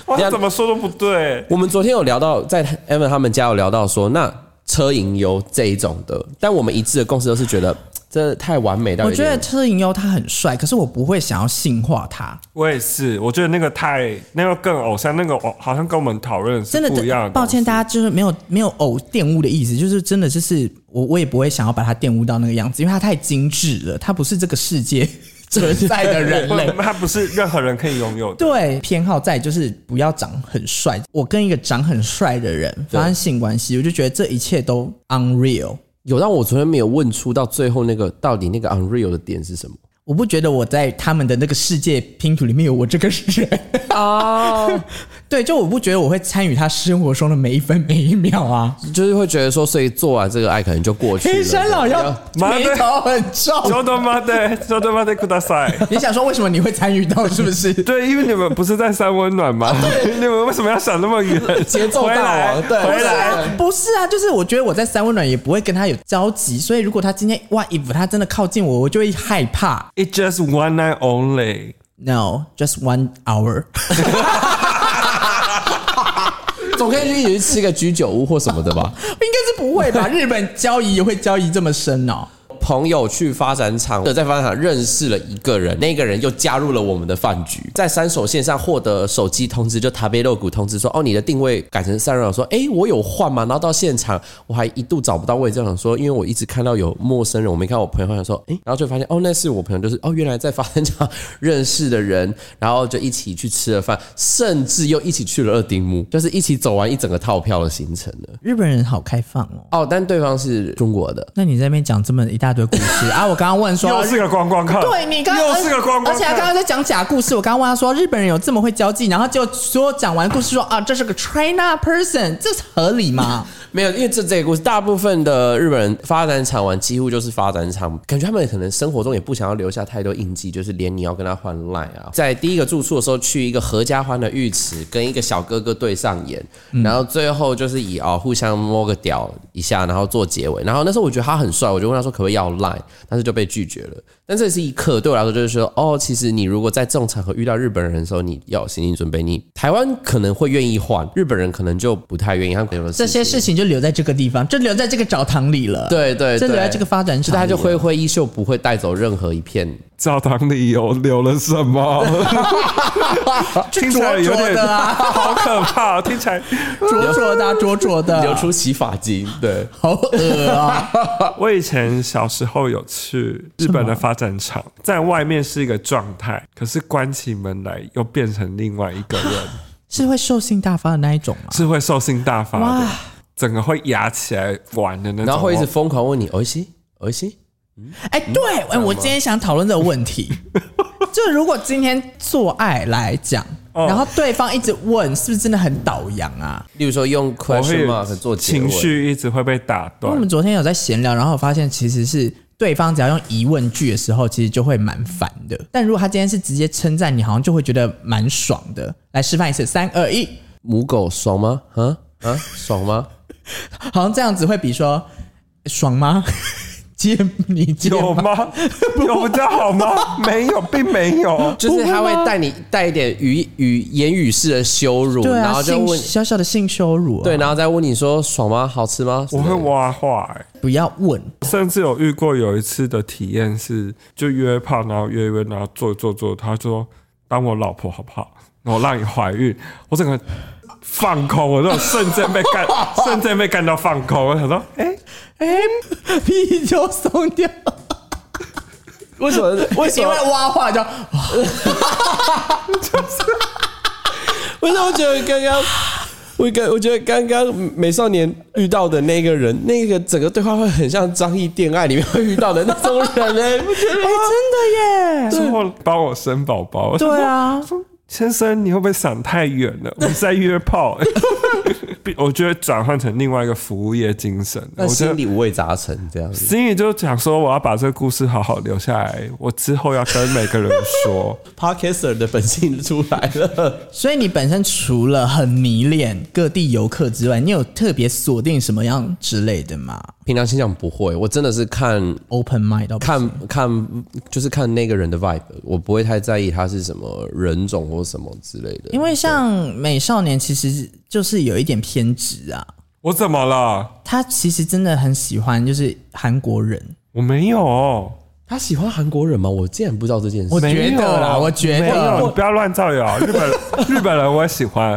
哇，
你要
怎么说都不对。
我们昨天有聊到，在 Evan 他们家有聊到说，那车银优这一种的，但我们一致的共识都是觉得这太完美到
我
有
觉
点，
得车银优他很帅，可是我不会想要性化他，
我也是，我觉得那个太那个更偶像，那个偶好像跟我们讨论
真
是
的
不一样的。
抱歉，大家就是没有没有偶玷污的意思，就是真的就是我我也不会想要把他玷污到那个样子，因为他太精致了，他不是这个世界 存在的人类。
不，它不是任何人可以拥有的。
对，偏好在就是不要长很帅。我跟一个长很帅的人发生性关系，我就觉得这一切都 unreal。
有让我昨天没有问出到最后那个到底那个 unreal 的点是什么。
我不觉得我在他们的那个世界拼图里面有我这个人。
哦，
对，就我不觉得我会参与他生活中的每一分每一秒啊。
就是会觉得说，所以做完这个爱可能就过去了。
黑山哎老妖
妈的
眉头很皱，
ちょうど待って、ちょうど待ってください。
你想说为什么你会参与到是 不是？
对，因为你们不是在三温暖 吗？你们为什么要想那么远？
节奏
回
大
来，
王对
回来。
不是啊，就是我觉得我在三温暖也不会跟他有交集，所以如果他今天 what if 他真的靠近我，我就会害怕。
It just one night only。
No, just one hour。
总可以去一起去吃个居酒屋或什么的吧。
应该是不会吧？日本交易也会交易这么深哦？
朋友去发展场的，在发展场认识了一个人，那个人又加入了我们的饭局，在三手线上获得手机通知，就塔贝肉谷通知说，哦，你的定位改成三人，我说，诶，我有换吗？然后到现场，我还一度找不到位置，我想说，因为我一直看到有陌生人，我没看到我朋友，我想说，诶，然后就发现，哦，那是我朋友，就是哦，原来在发展场认识的人，然后就一起去吃了饭，甚至又一起去了二丁目，就是一起走完一整个套票的行程了。
日本人好开放哦。
哦，但对方是中国的，
那你在那边讲这么一大堆故 事啊？我刚刚问说，啊
又是个观光客，
对你刚刚呃
又是个观光客，
而且他刚刚在讲假故事。我刚刚问他说，日本人有这么会交际，然后就说讲完故事说啊，这是个 China person，这是合 理吗？
没有，因为这这个故事，大部分的日本人发展场玩几乎就是发展场，感觉他们可能生活中也不想要留下太多印记，就是连你要跟他换赖啊。在第一个住宿的时候，去一个合家欢的浴池，跟一个小哥哥对上眼，
嗯
然后最后就是以哦互相摸个屌一下，然后做结尾。然后那时候我觉得他很帅，我就问他说可不可以要赖，但是就被拒绝了。但这是一课，对我来说就是说，哦，其实你如果在这种场合遇到日本人的时候，你要有心理准备。你台湾可能会愿意换，日本人可能就不太愿意。他们可能有的
这些事情就留在这个地方，就留在这个澡堂里了。
对对，
就留
对
在这个发展
就
场里了，
他就挥挥衣袖，不会带走任何一片。
澡堂里有留了什么？听起来有
灼灼
点
的 啊
好可怕，听起来
灼灼的啊，灼灼的，
流出洗发精，对，
好恶啊！
我以前小时候有去日本的发展场，在外面是一个状态，可是关起门来又变成另外一个人，
是会兽性大发的那一种吗？
是会兽性大发的
哇，
整个会压起来玩的那种。
然后会一直疯狂问你，哦恶心，恶心。
哎，
嗯
对，哎，我今天想讨论这个问 题，就如果今天做爱来讲，
哦
然后对方一直问，是不是真的很倒洋啊？
例如说用
我会
question mark 做结尾
情，绪一直会被打
因为
断
我们。昨天有在闲聊，然后我发现其实是。对方只要用疑问句的时候，其实就会蛮烦的。但如果他今天是直接称赞你，好像就会觉得蛮爽的。来示范一次，三二一，
母狗爽吗？啊 啊，爽吗？
好像这样子会比说爽吗？ 接你接
有
吗？
吗？有比较好 吗？没有，并没 有。
就是他会带你带一点语语言语式的羞辱，
对
然
啊，
后就
性
问，
小小的性羞辱、啊。
对，，然后再问你说爽吗？好吃吗？
我会挖话、欸，
不要问。
甚至有遇过有一次的体验是，就约炮，然后约约，然后做做做，他说当我老婆好不好？我让你怀孕，我整个放空，我那种瞬间被干，瞬间被干到放空。我想说，哎、
哎、 啤酒松掉，
为什么？为什
因
么？
为挖话就
为什么我觉得刚刚？我感我觉得刚刚美少年遇到的那个人，那个整个对话会很像张译《恋爱》里面会遇到的那种人哎、不觉得
哦
吗？
真的耶，
之后帮我生宝宝。我想说
对，啊，
先生，你会不会想太远了？我们是在约炮、 我觉得转换成另外一个服务业精神，我
那
觉得
心里五味杂陈这样子。
心里就想说，我要把这个故事好好留下来，我之后要跟每个人说。
Podcaster 的本性出来了，
所以你本身除了很迷恋各地游客之外，你有特别锁定什么样之类的吗
平常心想不会，我真的是看
？Open mind 到不行
看看，就是看那个人的 vibe，我不会太在意他是什么人种或什么之类的。
因为像美少年其实就是有一点偏执啊，
我怎么了？
他其实真的很喜欢就是韩国人，
我没有，
他喜欢韩国人吗？我竟然不知道这件事。
我
没有
觉得啦，我觉
没
得
有，你不要乱造谣。日 本日本人我也喜欢，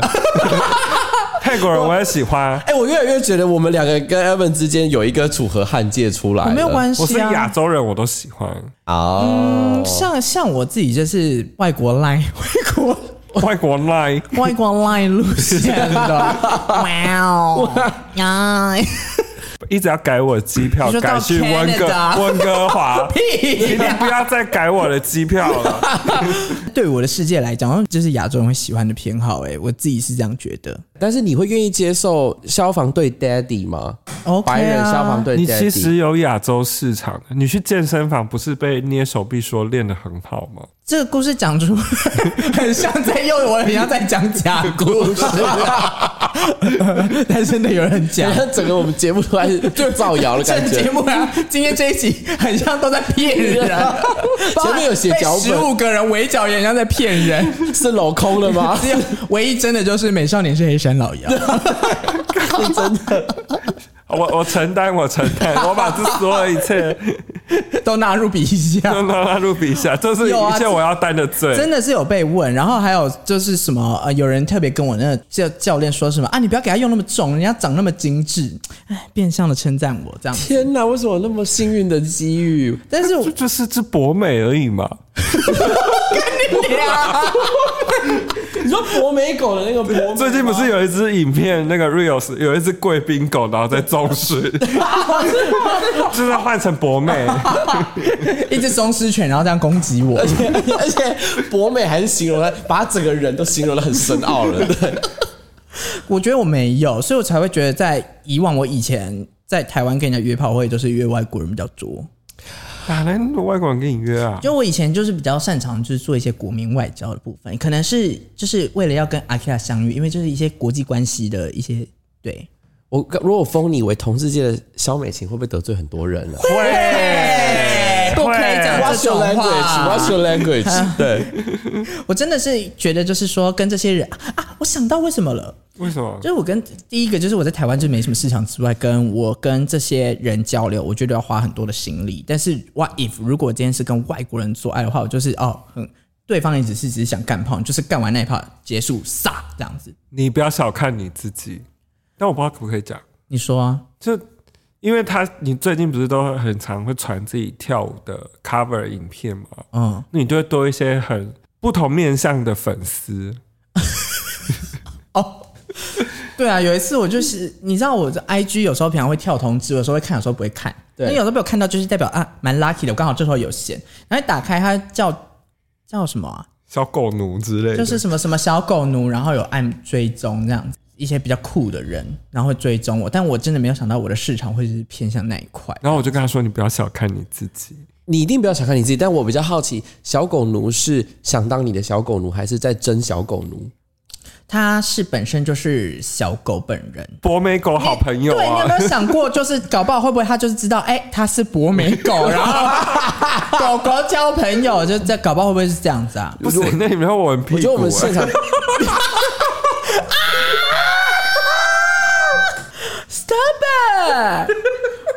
泰国人我也喜欢，
哎、我越来越觉得我们两个跟 Evan 之间有一个楚河汉界出来
我
了。
没有关
我是
系
亚
啊。
洲人我都喜欢，
哦，
像像我自己就是外国 line，外国
外国 line
外国 line 路线的，哇哦呀！
一直要改我的机票
你，说到
改去温哥
Canada，
温哥华
屁啊
请你不要再改我的机票 了。
对我的世界来讲，就是亚洲人会喜欢的偏好、哎，我自己是这样觉得。
但是你会愿意接受消防队 daddy 吗
OK 啊
白人消防队 daddy，
你其实有亚洲市场，你去健身房不是被捏手臂说练得很好吗？
这个故事 讲出来，很像在用我，很像在讲假故事， 但真的有人讲。
整个我们节目都是就造谣的
这节目啊，今天这一集很像都在 骗人，
前面有写脚
十
本
五个人围剿也很像在骗人，
是镂空了吗？
只有唯一真的就是美少年是黑山老妖，
我我承担，我承 担，我把这所有一切
都纳入笔下。
都纳入笔下，这是
有啊
一切我要担的罪。
真的是有被问，然后还有就是什么呃，有人特别跟我那个教教练说什么啊，你不要给他用那么重，人家长那么精致，哎，变相的称赞我这样。
天哪，为什么有那么幸运的机遇？
但是我
就就是只博美而已嘛，
你说博美狗的那个博，
最近不 是有一支影片，那个 Reels 有一只贵宾狗，然后在重 视，就是换成博美，啊
一只松狮犬，然后这样攻击我，
而且博美还是形容了，把他整个人都形容的很深奥了。对，
我觉得我没有，所以我才会觉得在以往我以前在台湾跟人家约炮会都是约外国人比较多，
哪来那么多外国人跟你约啊？
就我以前就是比较擅长就是做一些国民外交的部分，可能是就是为了要跟阿 k a 相遇，因为就是一些国际关系的一些对。
我如果封你为同世界的肖美琴，会不会得啊罪很多人呢、啊？
会
不可以讲
会
What's your
这种话
language？What's your language？对，
我真的是觉得，就是说跟这些人啊啊，我想到为什么了，
为什么
就？是我跟第一个就是我在台湾就没什么市场之外，跟我跟这些人交流，我觉得要花很多的心力。但是 what if 如果今天是跟外国人做爱的话，我就是哦，很对方也只是只是想干炮，就是干完那一炮结束撒这样子。
你不要小看你自己，但我不知道可不可以讲，
你说啊？
就因为他，你最近不是都很常会传自己跳舞的 cover 影片嘛，
嗯，
那你就会多一些很不同面向的粉丝，
哦。 对啊，有一次我就是，你知道我的 IG 有时候平常会跳通知，有时候会看，有时候不会看。
对
那有时候被我看到，就是代表啊，蛮 lucky 的，我刚好这时候有闲，然后一打开它叫叫什么啊？
小狗奴之类的，
就是什么什么小狗奴，然后有按追踪这样子，一些比较酷的人，然后会追踪我，但我真的没有想到我的市场会是偏向那一块。
然后我就跟他说：“你不要小看你自己。
你一定不要小看你自己，但我比较好奇，小狗奴是想当你的小狗奴，还是在争小狗奴？
他是本身就是小狗本人。”
博美狗好朋友
对你有没
啊，
有想过，就是搞不好会不会他就是知道，哎、他是博美狗，然后狗狗交朋友，就在搞不好会不会是这样子啊？
不 行，那你们要闻屁股、
我觉得我们现
欸。
场
Stop it!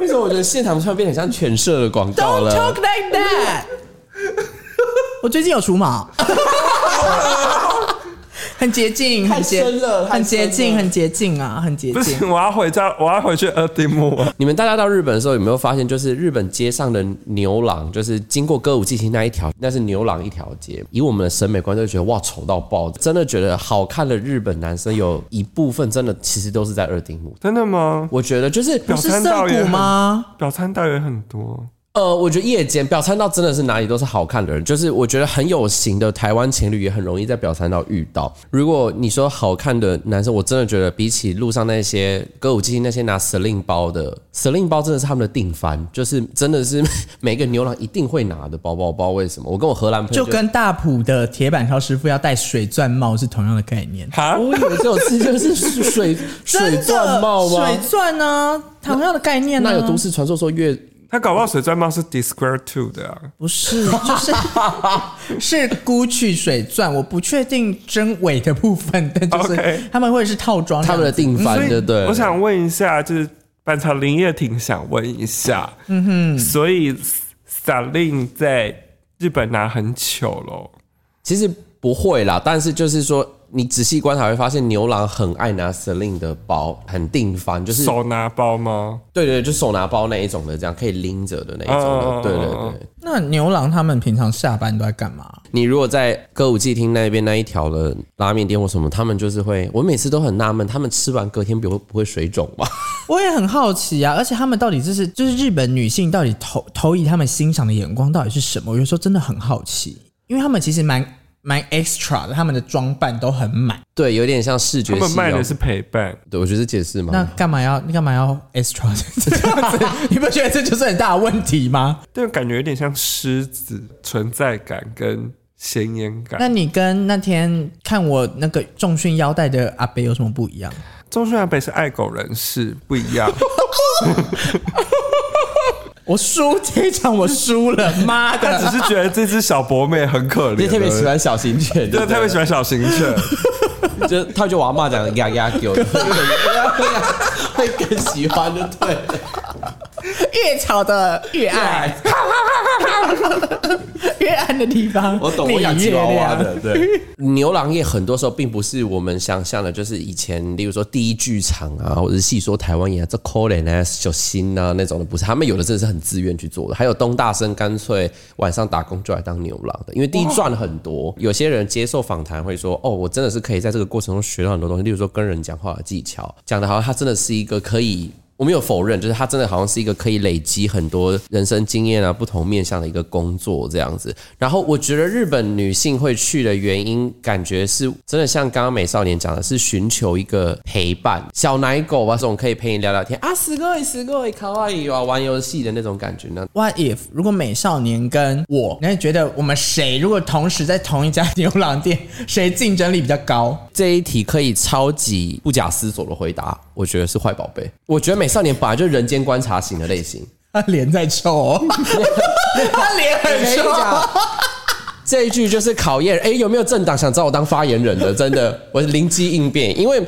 为什么我觉得现场突然变得很像犬舍的广告
Don't
了
talk？like that 。 我最近有除毛， 很洁净，很洁
太深了
很洁
太深
净，
了
很洁净啊，很洁
不
净
行，。我要回家， 我要回去二丁目啊。
你们大家到日本的时候有没有发现，就是日本街上的牛郎，就是经过歌舞伎町那一条，那是牛郎一条街。以我们的审美观，就觉得哇，丑到爆！真的觉得好看的日本男生有一部分真的其实都是在二丁目。
真的吗？
我觉得就是
表
是
参
涩
道也
谷
很？
吗？
表参道也很多，
呃，我觉得夜间表参道真的是哪里都是好看的人，就是我觉得很有型的台湾情侣也很容易在表参道遇到。如果你说好看的男生，我真的觉得比起路上那些歌舞伎町那些拿 Celine 包的，Celine 包真的是他们的定番，就是真的是 每个牛郎一定会拿的包包，包为什么？我跟我荷兰朋友
就跟大埔的铁板烧师傅要戴水钻帽是同样的概念。
哈，
我以为这种事就是水水钻帽
真
吗
的？水钻啊呢、同样的概念、啊。
那有都市传说说越
他搞不好水钻帽是 D Square Two 的啊。
不是，就是是 Gucci 水钻，我不确定真伪的部分，但就是
OK
他们会是套装这
他
样子，
们的定
所
番，对
以
不对？
我想问一下，就是板桥林业挺想问一下，嗯哼，所以 Salin 在日本拿很糗喽。
其实不会啦，但是就是说，你仔细观察会发现，牛郎很爱拿 Celine 的包，很定番，就是
手拿包吗？
对对，就手拿包那一种的，这样可以拎着的那一
嗯嗯嗯
种的，对
嗯嗯
对对。
那牛郎他们平常下班都在干嘛？
你如果在歌舞伎町那边那一条的拉面店或什么，他们就是会，我每次都很纳闷，他们吃完隔天不会不会水肿吧？
我也很好奇啊，而且他们到底就是就是日本女性到底投投以他们欣赏的眼光到底是什么？我有时候真的很好奇，因为他们其实蛮蛮 extra 的，他们的装扮都很满，
对，有点像视觉
他们
系。
卖的是，陪伴，
对我觉得是解释
那
吗？
干嘛要你干嘛要 extra 这样子？你不觉得这就是很大的问 题吗？
但感觉有点像狮子存在感跟显眼感。
那你跟那天看我那个重训腰带的阿北有什么不一样？
周迅阿北是爱狗人士，不一样。
我输这一场，我输了，妈
他只
的！
是觉得这只小博妹很可
你
怜，
特别喜，欢小型犬，
对，特别喜欢小型犬。
欢，就他就我阿妈讲的呀呀 狗，
会更喜欢的， 对了。
越吵的越 爱，越暗的地方，
我懂，
你
我养
越
吉娃娃
亮
的，对，
牛郎业很多时候并不是我们想象的，就是以前，例如说第一剧场啊，或者是戏说台湾演啊，这 Colin 啊、小新啊那种的，不是，他们有的真的是很自愿去做的。还有东大生干脆晚上打工就来当牛郎的，因为第一赚很多。有些人接受访谈会说，哦，我真的是可以在这个过程中学到很多东西，例如说跟人讲话的技巧，讲的好像他真的是一个可以。我没有否认，就是他真的好像是一个可以累积很多人生经验啊、不同面向的一个工作这样子。然后我觉得日本女性会去的原因，感觉是真的像刚刚美少年讲的，是寻求一个陪伴，小奶狗啊这种可以陪你聊聊天啊，すごいすごい可爱い啊，玩游戏的那种感觉呢。
What if 如果美少年跟我，你会觉得我们谁如果同时在同一家牛郎店， 谁竞争力比较高？
这一题可以超级不假思索的回答，我觉得是坏宝贝。我觉得美少年本来就是人间观察型的类型，
他脸在 臭、哦，他脸很臭。
这一句就是考验，哎、有没有政党想找我当发言人的？真的，我是灵机应变，因为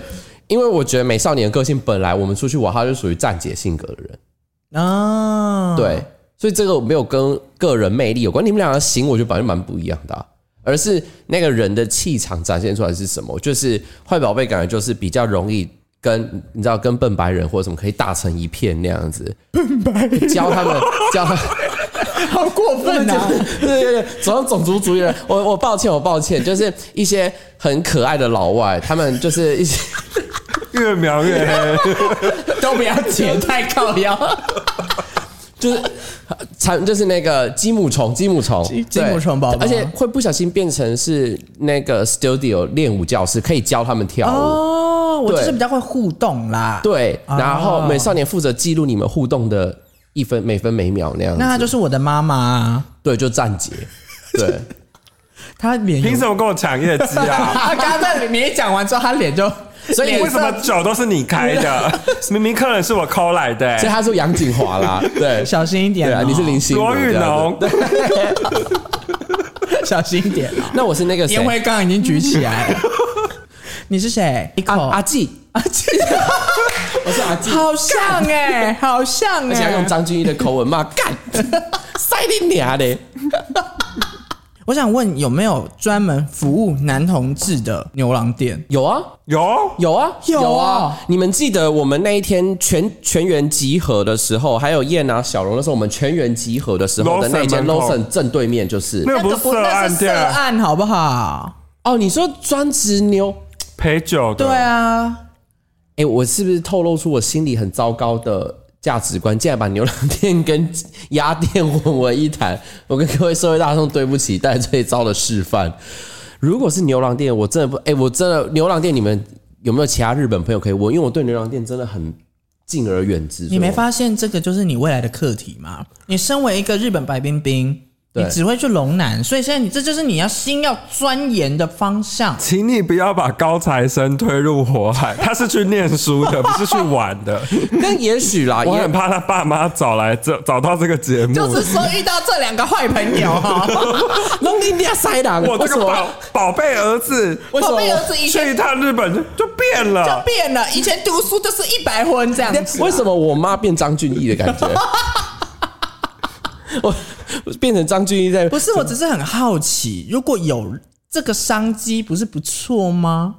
因为我觉得美少年的个性本来我们出去玩，他就属于站姐性格的人，
啊，
对，所以这个没有跟个人魅力有关。你们两个型，我觉得本来就蛮不一样的啊、而是那个人的气场展现出来是什么？就是坏宝贝，感觉就是比较容易。跟你知道，跟笨白人或者什么可以打成一片那样子，笨白教他们教他们
好过 分啊！
对对对，走上种族主义了。我我抱歉，我抱歉，就是一些很可爱的老外，他们就是一些
越描越黑，
都不要剪，太靠腰。
就是产就是那个积木虫，积木虫，
积
对
积木虫宝宝
而且会不小心变成是那个 studio 练舞教室，可以教他们跳舞。
哦，我就是
对
比较会互动啦。，
对，
哦
然后美少年负责记录你们互动的一分每分每秒那样子，
那他就是我的妈妈啊，
对就站姐， 对。
他脸有
凭什么跟我抢业绩啊？
他刚刚在你一讲完之后，他脸就
所以
脸
为什
色
么酒都是你开的？明明客人是我抠来的、欸
所以他是杨景华啦，对，
小心一点
对
哦、
啊，你是林心如
罗玉
这样 子
农，
小心一点啊、
那我是那个谁
烟，灰缸已经举起来了。 你是谁？啊一口
阿阿纪，
阿纪，
哦我是阿纪，
好像哎、好像
而且
哎、
还用张钧甯的口吻骂干，塞你娘的！
我想问有没有专门服务男同志的牛郎店？
有啊，
有
有啊，
有啊
你们记得我们那一天全全员集合的时候，还有燕啊、小龙那时候，我们全员集合的时候的那
Lawson
间
门口
Lawson 正对面就是
那个不是
那
涉案
是涉
店啊，
案好不好？
哦，你说专职妞？
陪酒的。
对啊，
哎，我是不是透露出我心里很糟糕的？价值观竟然把牛郎店跟鸭店混为一谈， 我跟各位社会大众对不起，带来最糟的示范。如果是牛郎店，我真的不，哎、我真的牛郎店，你们有没有其他日本朋友可以问？因为我对牛郎店真的很敬而远之。
你
所
没
以我
发现这个就是你未来的课题吗？你身为一个日本白冰冰，你
对
只会去龙南，所以现在你这就是你要心要钻研的方向。
请你不要把高材生推入火海，他是去念书的，不是去玩的。
但也许啦，
我
也
很怕他爸妈找来这找到这个节目，
就是说遇到这两个坏朋友 哈、
龙鳞你要塞狼，
我这
为什
个宝
么？
宝贝儿子
为什
宝
么
贝儿子以
去
前
一趟日本就变
就
了。
变了，以前读书就是一百分这样子、
哎
啊
为什么我妈变张俊逸的感觉？ 我我变成张俊逸在
不是，我只是很好奇，如果有这个商机不是不错吗？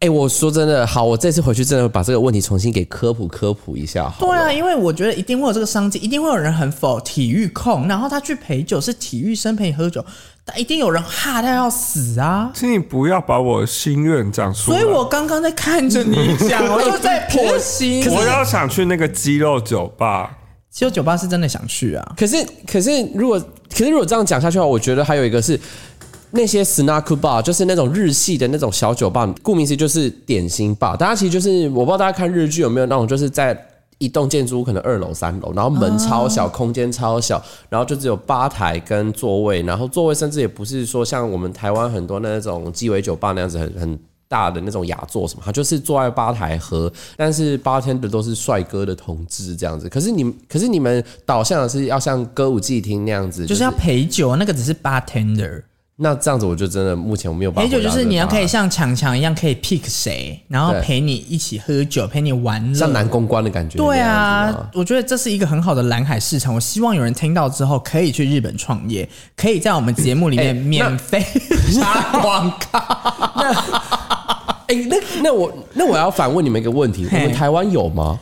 哎、我说真的，好，我这次回去真的把这个问题重新给科普科普一下好
对
了。
啊，因为我觉得一定会有这个商机，一定会有人很否体育控，然后他去陪酒是体育生陪你喝酒，但一定有人哈他要死啊！
请你不要把我心愿讲出来。
所以我刚刚在看 着你讲，我就在剖析。
我要想去那个鸡肉酒吧，
其实酒吧是真的想去啊，
可是，可是如果，可是如果这样讲下去的话，我觉得还有一个是那些 snack bar，就是那种日系的那种小酒吧，顾名思义就是点心吧。大家其实就是，我不知道大家看日剧有没有那种，就是在一栋建筑物可能二楼、三楼，然后门超
哦
小，空间超小，然后就只有吧台跟座位，然后座位甚至也不是说像我们台湾很多那种鸡尾酒吧那样子很很。大的那种雅座什么，他就是坐在吧台喝，但是 bartender 都是帅哥的同志这样子。可是你，可是你们导向的是要像歌舞伎厅那样子，
就是要陪酒，啊那个只是 bartender。
那这样子，我就真的目前我没有办法
陪
回答
酒
这个
就
答案。
是你要可以像强强一样可以 pick 谁，然后
对
陪你一起喝酒，陪你玩乐。
像男公关的感觉。
对
那样子
啊
吗，，
我觉得这是一个很好的蓝海市场。我希望有人听到之后可以去日本创业，可以在我们节目里面
哎
免费 打广告。
哎、那那我那我要反问你们一个问题：我
嘿
们台湾有吗？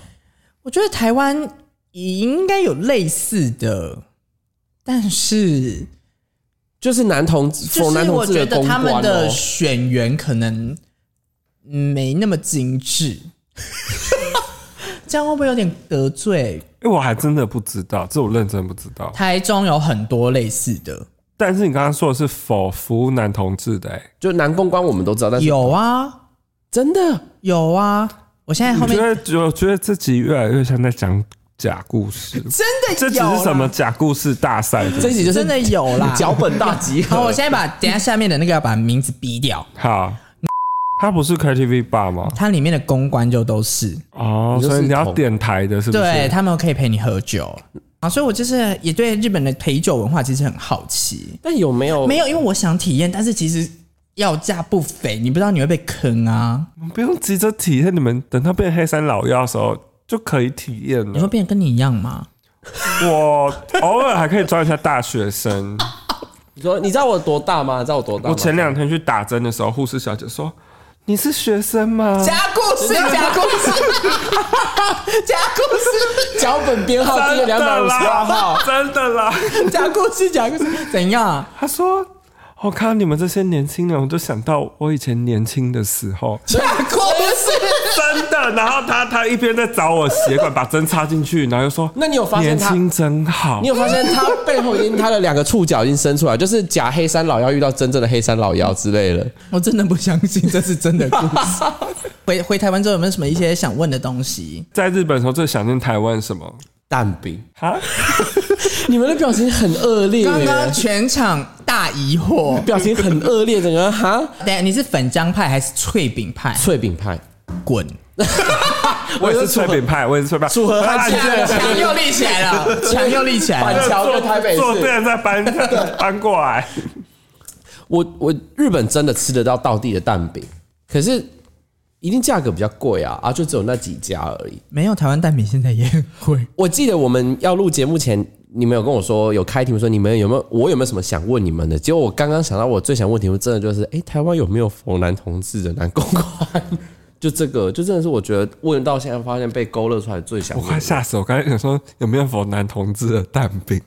我觉得台湾应该有类似的，但是
就是男同志，
就
否男
是
同
我
志
觉得
公
他
关、哦、
们的选员可能嗯没那么精致， 这样会不会有点得罪？
哎、我还真的不知道，这我认真不知道。
台中有很多类似的，
但是你刚刚说的是否服务男同志的、欸，
就男公关我们都知道，但是
有啊，
真的
有啊。我现在后
我觉
面
得我觉得自己越来越像在讲假故事。
真的
这只
有
是
啦
什么假故事大赛？
这一集就是
真的有啦
脚本大集合。
啊好，我现在把等一下下面的那个要把名字逼掉，
好，它不是 KTV bar 吗？
它里面的公关就都是，
哦，
你就是
所以你要
同
点台的，是不是？
对他们可以陪你喝酒啊，所以我就是也对日本的陪酒文化其实很好奇，
但有没有
没有，因为我想体验，但是其实要价不菲，你不知道你会被坑啊，
不用急着体验，你们等他变黑山老妖的时候就可以体验
你会
了。
变得跟你一样吗？
我偶尔还可以装一下大学生。
你说你知道我多大吗？你知道我多 大吗？
我前两天去打针的时候，护士小姐说：“你是学生 吗
假故事，假故事， 假故事，
脚本编？”号第
真
两百
的
五十八号
啦，，真的啦。
假故事，假故事，怎样啊？
她说：“我看到你们这些年轻人，我就想到我以前年轻的时 候，
假故事，
真的。”然后她她一边在找我血管，把针插进去，然后又说：“
那你有发现
年
她
轻真好
你？有发现他背后已经他的两个触角已经伸出来，就是假黑山老妖遇到真正的黑山老妖之类的。
我真的不相信这是真的故事。 回回台湾之后有没有什么一些想问的东西？
在日本的时候最想念台湾什么？
蛋饼，
哈，
你们的表情很恶劣耶，
刚刚全场大疑惑，
表情很恶劣，整个人哈
等下你是粉浆派还是脆饼派？
脆饼派。
滚！
我也是脆饼派，我也是脆饼派。
组合
啊
汉奸
你
对
墙又立起来了，墙又立起来
板
了。
桥跟台北市
坐坐垫再 搬搬过来。
我我日本真的吃得到道地的蛋饼，可是一定价格比较贵啊啊，就只有那几家而已。
没有台湾蛋饼现在也很贵，
我记得我们要录节目前，你们有跟我说有开题目说你们有没有我有没有什么想问你们的？结果我刚刚想到我最想问题目，真的就是哎、诶台湾有没有逢男同志的男公关？ 就这个，就真的是我觉得问到现在发现被勾勒出来最想
我
问
快吓死我！刚才想说有没有否男同志的蛋饼？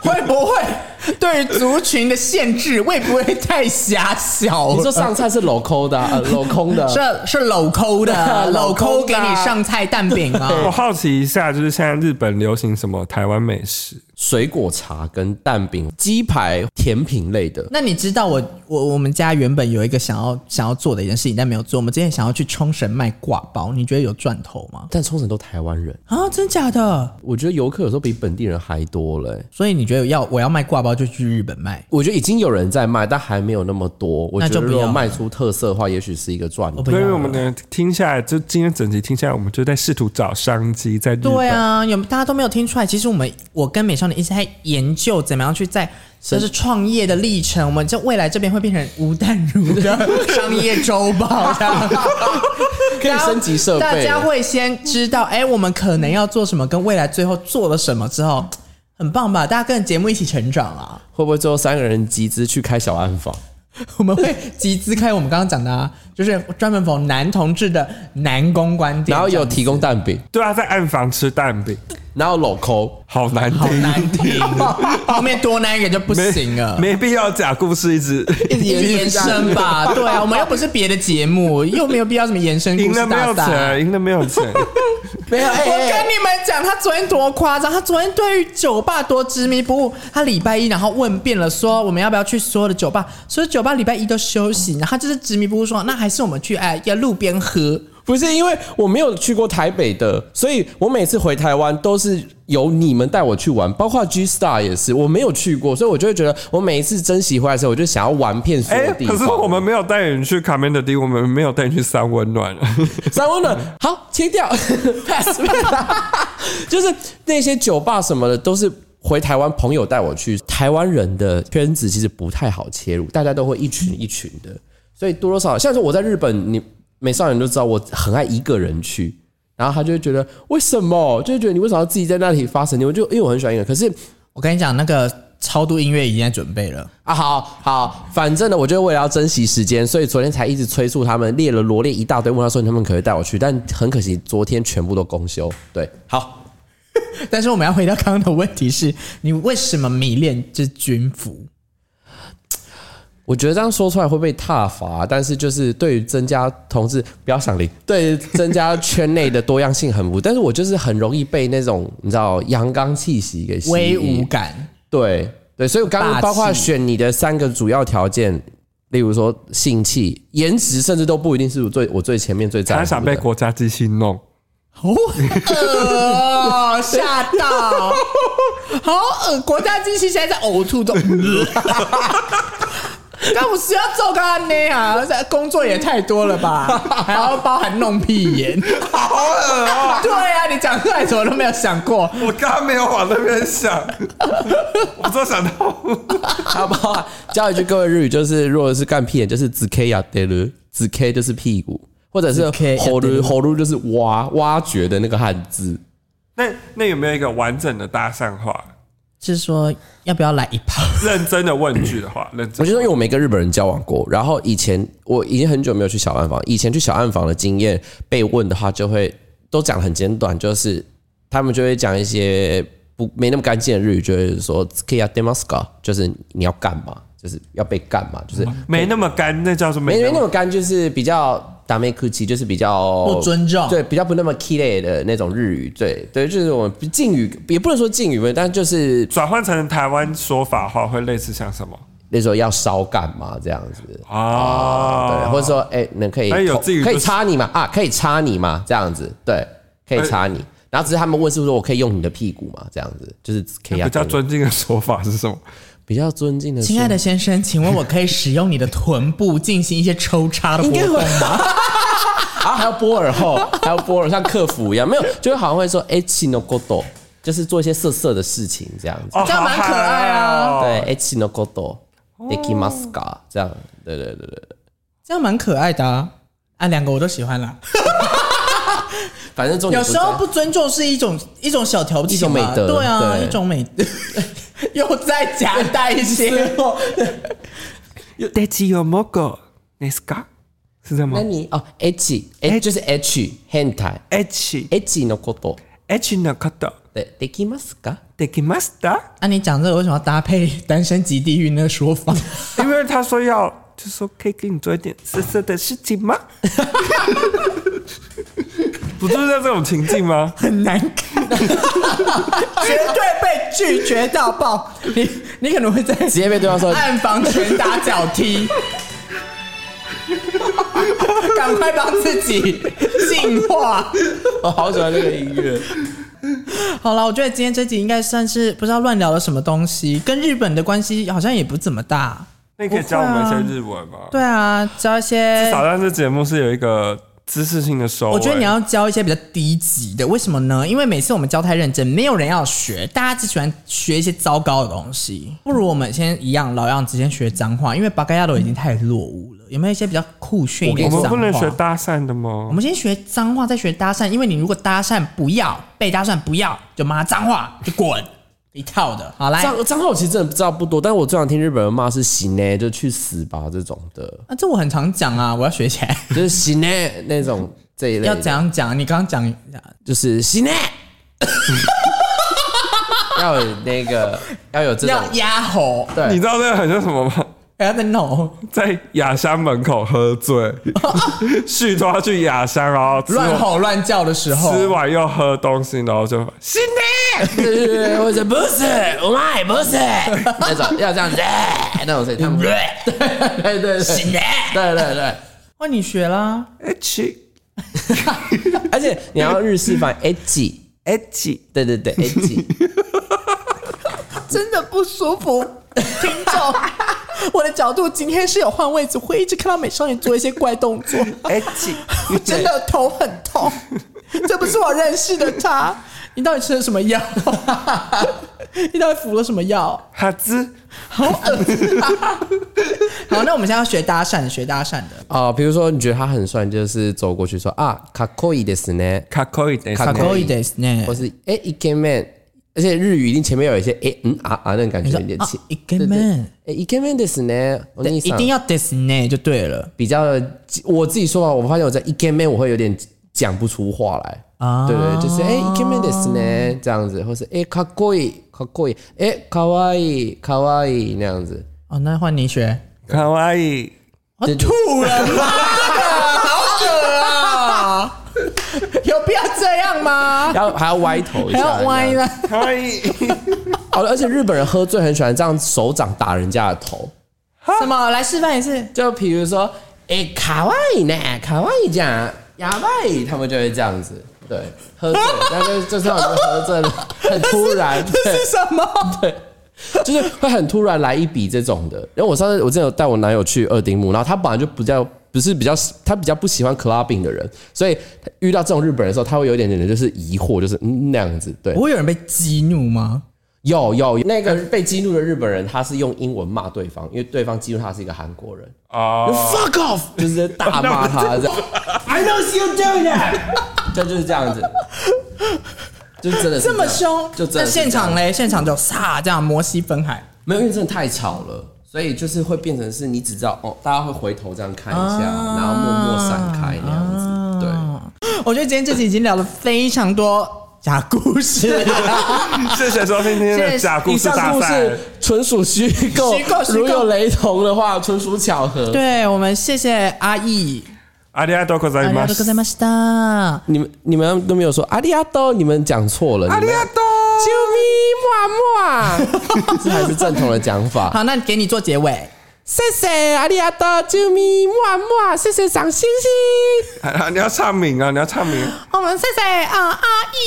会不会对于族群的限制会不会太狭小了？
你说上菜是镂空的、啊，呃镂空的，
是是镂抠 的，啊镂抠给你上菜蛋饼
我
啊？
好奇一下，就是现在日本流行什么台湾美食？
水果茶跟蛋饼、鸡排、甜品类的。
那你知道我我我们家原本有一个想要想要做的一件事情，但没有做。我们之前想要去冲绳卖挂包，你觉得有赚头吗？
但冲绳都台湾人，
啊，真假的？
我觉得游客有时候比本地人还多嘞、
所以你觉得要我要卖挂包就去日本卖？
我觉得已经有人在卖，但还没有那么多。我
那
觉
就
得
不
如果
要
卖出特色的话，也许是一个赚头。
哦不
因
要
为我们呢听下来，就今天整集听下来，我们就在试图找商机在日本。
对，啊，有大家都没有听出来。其实我们我跟美少女一直在研究怎么样去在就是创业的历程，我们这未来这边会变成吴淡如 的商业周报这样，
可以升级设备
大家会先知道，哎、我们可能要做什么，跟未来最后做了什么之后。很棒吧？大家跟着节目一起成长 啊！
会不会最后三个人集资去开小暗房？
我们会集资开我们刚刚讲的啊，就是专门否男同志的男公关店，
然后有提供蛋饼，
对啊，在暗房吃蛋饼，
然后镂抠，
好难
好
听，
难 听，后面多那一个就不
没
行了。
没必要假故事一直
延伸吧，对啊，我们又不是别的节目，又没有必要什么延伸故
赢了
事
没
大
有
赛。
钱，赢了没有 钱，
没有，哎、
我
哎
跟你们讲，他昨天多夸张！他昨天对于酒吧多执迷不悟。他礼拜一然后问遍了，说我们要不要去所有的酒吧？所有酒吧礼拜一都休息，然后他就是执迷不悟说，那还是我们去哎要路边喝。
不是因为我没有去过台北的，所以我每次回台湾都是由你们带我去玩，包括 G Star 也是，我没有去过，所以我就会觉得我每一次珍惜回来的时候，我就想要玩遍所
哎、
有地方。
可是我们没有带你去卡梅的迪，我们没有带你去三温暖，
三温暖好切掉 ，pass，就是那些酒吧什么的都是。回台湾，朋友带我去。台湾人的圈子其实不太好切入，大家都会一群一群的，所以多多少少，像是我在日本，你美少年都知道，我很爱一个人去，然后他就会觉得为什么，就会觉得你为什么要自己在那里发神经？我就因为我很喜欢一个人，可是
我跟你讲，那个超度音乐已经在准备了。
啊，好好，反正呢，我就为了要珍惜时间，所以昨天才一直催促他们，列了罗列一大堆，问他说他们可不可以带我去，但很可惜，昨天全部都公休。对，好，
但是我们要回到刚刚的问题是，你为什么迷恋这军服？
我觉得这样说出来会被踏伐，但是就是对于增加 同志不要想零，对于增加圈内的多样性很无，但是我就是很容易被那种你知道阳刚气息给吸引
威武感，
对对，所以我刚
霸
刚
气
包括选你的三个主要条件。例如说性气、颜值，甚至都不一定是我最我最前面最在乎
他
的。
想被国家机器 弄。
好恶，哦呃吓到，好恶！国家机器现在在呕吐中， 但我是要揍他呢啊！工作也太多了吧，还要包含弄屁眼，
好恶哦、
对啊，你讲出来怎么都没有想过，
我刚刚没有往那边想，我只有想到
好不好？教一句各位日语，就是如果是干屁眼，就是子 K 呀得了，子 K 就是屁股，或者是
zk
吼噜
yaderu
吼噜就是挖挖掘的那个汉字。
那那有没有一个完整的搭讪话？
是说要不要来一炮？
认真的问句的话，认
我
真
就
的
说，因
问。
为我没跟日本人交往过，然后以前我已经很久没有去小暗房，以前去小暗房的经验，被问的话就会都讲得很简短，就是他们就会讲一些不没那么干净的日语，就会说 “k ya demaska”，就是你要干嘛，就是要被干嘛，就是
没那么干，那叫什么？
没没那么干，就是比较打妹哭泣，就是比较
不尊重
对，比较不那么 k i 的那种日语，对对，就是我们敬语也不能说敬语吧，但就是
转换成台湾说法的话，会类似像什么
那时候要烧干嘛这样子。对，
啊？
或者说，哎、那可以
哎有
投
自己
可以
就是哎
插你嘛？啊，可以插你嘛？这样子，对，可以插你。然后只是他们问是不是我可以用你的屁股嘛？这样子就是可以
哎
啊
比较尊敬的说法是什么？
比较尊敬的，
亲爱的，先生，请问我可以使用你的臀部进行一些抽插 的活
应该
动
会
吗？
啊，还有波尔后，还有波尔像客服一样，没有，就是好像会说，哎、c h i n o g o d o 就是做一些色色的事情这样子。
哦
这样蛮可爱啊
好好哦
对，H 哎 no godo。d i k i Maska 这样，对对对对，
这样蛮可爱的啊！啊，两个我都喜欢啦。
反正重点
有
不是
时候不尊重是一种一种小调情
一种
嘛，
美德
对啊，
对
一种美德。 哦又在夹带一些，
d e c i o mogo n e s a 是这样吗
那你哦，H H 就是哎 H hentai
？h
H no godo
h のこと
对 d i k i Maska
できました？
啊，你讲这个为什么要搭配“单身即地狱”那个说法？
因为他说要，就说可以给你做一点色色的事情吗？ 不就是在这种情境吗？
很难看， 绝对被拒绝到爆。你你可能会在
直接被对方说
暗房拳打脚踢， 赶快帮自己进化。
我好喜欢这个音乐。
好了，我觉得今天这集应该算是不知道乱聊了什么东西，跟日本的关系好像也不怎么大。
那你可以教我们一些日文吗？
对啊，教一些
至，少让这节目是有一个知识性的收尾。
我觉得你要教一些比较低级的，为什么呢？因为每次我们教太认真，没有人要学，大家只喜欢学一些糟糕的东西。不如我们先一样老样子，先学脏话，因为巴嘎亚都已经太落伍了。有没有一些比较酷炫一点
我
的脏
们
话？
不能学搭讪的吗
我？们先学脏话，再学搭讪。因为你如果搭讪不要被搭讪不要，就骂脏话就滚，一套的。好来，
脏脏话我其实真的知道不多，但我最常听日本人骂是“行呢”，就去死吧这种的，
啊，这我很常讲啊，我要学起来。
就是“行呢”那种这一类的，
要怎样讲？你刚刚讲
就是“行呢”， 要有那个要有这种
要压吼，
对
你知道这个很像什么吗？
还要在吼，
在雅香门口喝 醉，续托他去雅香，然后吃完
乱吼乱叫的时候，
吃完又喝东西，然后就新的。
对对对，或者不是，我妈也不是那种，要这样子那种声音，他们对对对，行的，对对对，
哇，你学啦，
H
而且你要日式版 edgy，
H，
对对对 edgy，
真的不舒服，听 众。我的角度今天是有换位置，会一直看到美少女做一些怪动作，
哎
H，
我真的头很 痛。这不是我认识的他，
啊
你到底吃了什么药？ 你到底服了什么药？
哈兹，
好，那我们现在要学搭讪，学搭讪的。
哦，比如说你觉得他很帅，你就是走过去说啊，卡酷伊的是呢，
卡扣一点，
卡扣 Kakoi
ね
或是哎一 k man，而且日语一定前面有一些哎嗯啊啊那种感觉，有点气
啊。イケメン
哎一 k man 的是呢，我跟你
一
讲
定要 this 呢就对了。
比较，我自己说吧，我发现我在一 k man 我会有点讲不出话来。
啊
对对，就是哎一 k man 的是呢这样子，或是哎卡酷伊卡酷伊，哎卡哇伊卡哇伊那样子。
哦，那换你学。
卡哇伊，
我吐了，妈的， 好恶 啊！有必要这样吗？
然后还要歪头一
还
下，
要歪
这样
哎了
子。？
卡哇伊，
好哦了，而且日本人喝醉很喜欢这样手掌打人家的头，
什么？来示范一次。
就比如说，哎、卡哇伊呢，卡哇伊讲，呀哇伊，他们就会这样子。对，喝醉，那就就是我们喝醉了，很突然，
这
对
是什么？
对，就是会很突然来一笔这种的。因为我上次我之前有带我男友去二丁目，然后他本来就比较不是比较他比较不喜欢 clubbing 的人，所以他遇到这种日本人的时候，他会有一点点的就是疑惑，就是嗯那样子。对，
不会有人被激怒吗？
有有，那个被激怒的日本人，他是用英文骂对方，因为对方激怒他是一个韩国人。
哦，
Fuck off！就是大骂 他这样。I know you doing that。这就是这样子，就真的是
这么
样
凶？
就真
那
的是这样
现场嘞？现场就撒这样摩西分海。
没有，因为真的太吵了，所以就是会变成是你只知道哦，大家会回头这样看一下，然后默默闪开那样子。对，
我觉得今天这集已经聊了非常多假故 事。
谢谢收听今天
谢谢
的假故
以
事
上
大
故
赛
事。纯属 虚构
虚构，虚构
如有雷同的话，纯属巧合。
对我们谢谢阿义，
ありがとうござい
ありが
ま
とう
す
ござい。ました。
你们你们都没有说阿里阿多，你们讲错了。阿
ありがとう。
救命！木木，这才是正统的讲法。
好，那给你做结尾。
谢谢阿里阿多，救命！木木，谢谢赏星星。
啊，你要唱名啊！你要唱名，
我们谢谢啊阿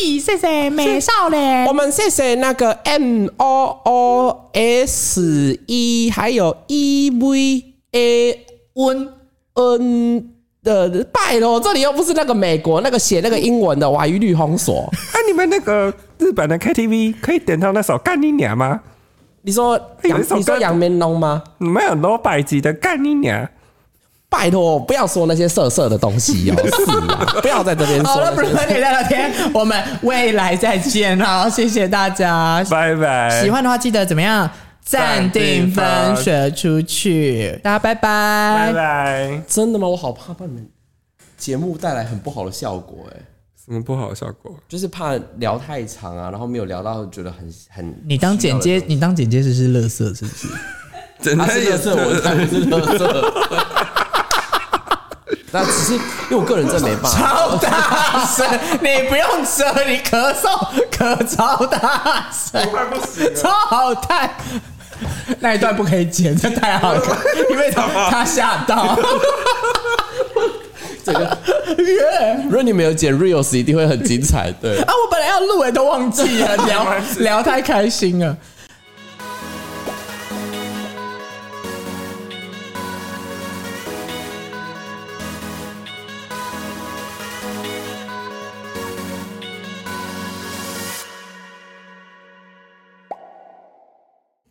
义，谢谢美少年
我。们谢谢那个 M O O S E，还有 E V A N N 的，拜托，这里又不是那个美国那个写那个英文的瓦鱼绿红锁。
那、哎你们那个日本的 KTV 可以点到那首《干你娘》吗？
你说杨，
有一首歌
你说杨明龙吗？
你们有罗百吉的《干你娘》？
拜托，不要说那些色色的东西哦，是啊，不要在这边
好
说
了，不
那
是
些。
和你聊聊天，我们未来再见好，谢谢大家。
拜拜。
喜欢的话记得怎么样？暂定分学出去，大家拜
拜
拜。
拜。
真的吗？我好怕把你们节目带来很不好的效果、哎，
什么不好的效果？
就是怕聊太长啊，然后没有聊到，觉得很很。
你当剪接，你当剪接师是乐色是不是？
真
他啊是乐色，我当然是乐色。 那只是因为我个人真的没办法，
超大声，你不用遮，你咳嗽咳超大声，
快不行
啊
了
超好看。那一段不可以剪，这太好 看，因为他他吓到。
这 个如果你没有剪 reels，一定会很精彩。对，
啊，我本来要录诶，都忘记了，聊
没关系
聊太开心了。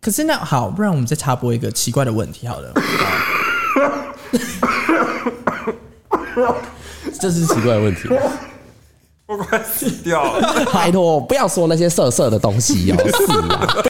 可是那好，不然我们再插播一个奇怪的问题好了。
这是奇怪的问题。
我快死
死掉。
拜托，不要说那些色色的东西哦，是啊。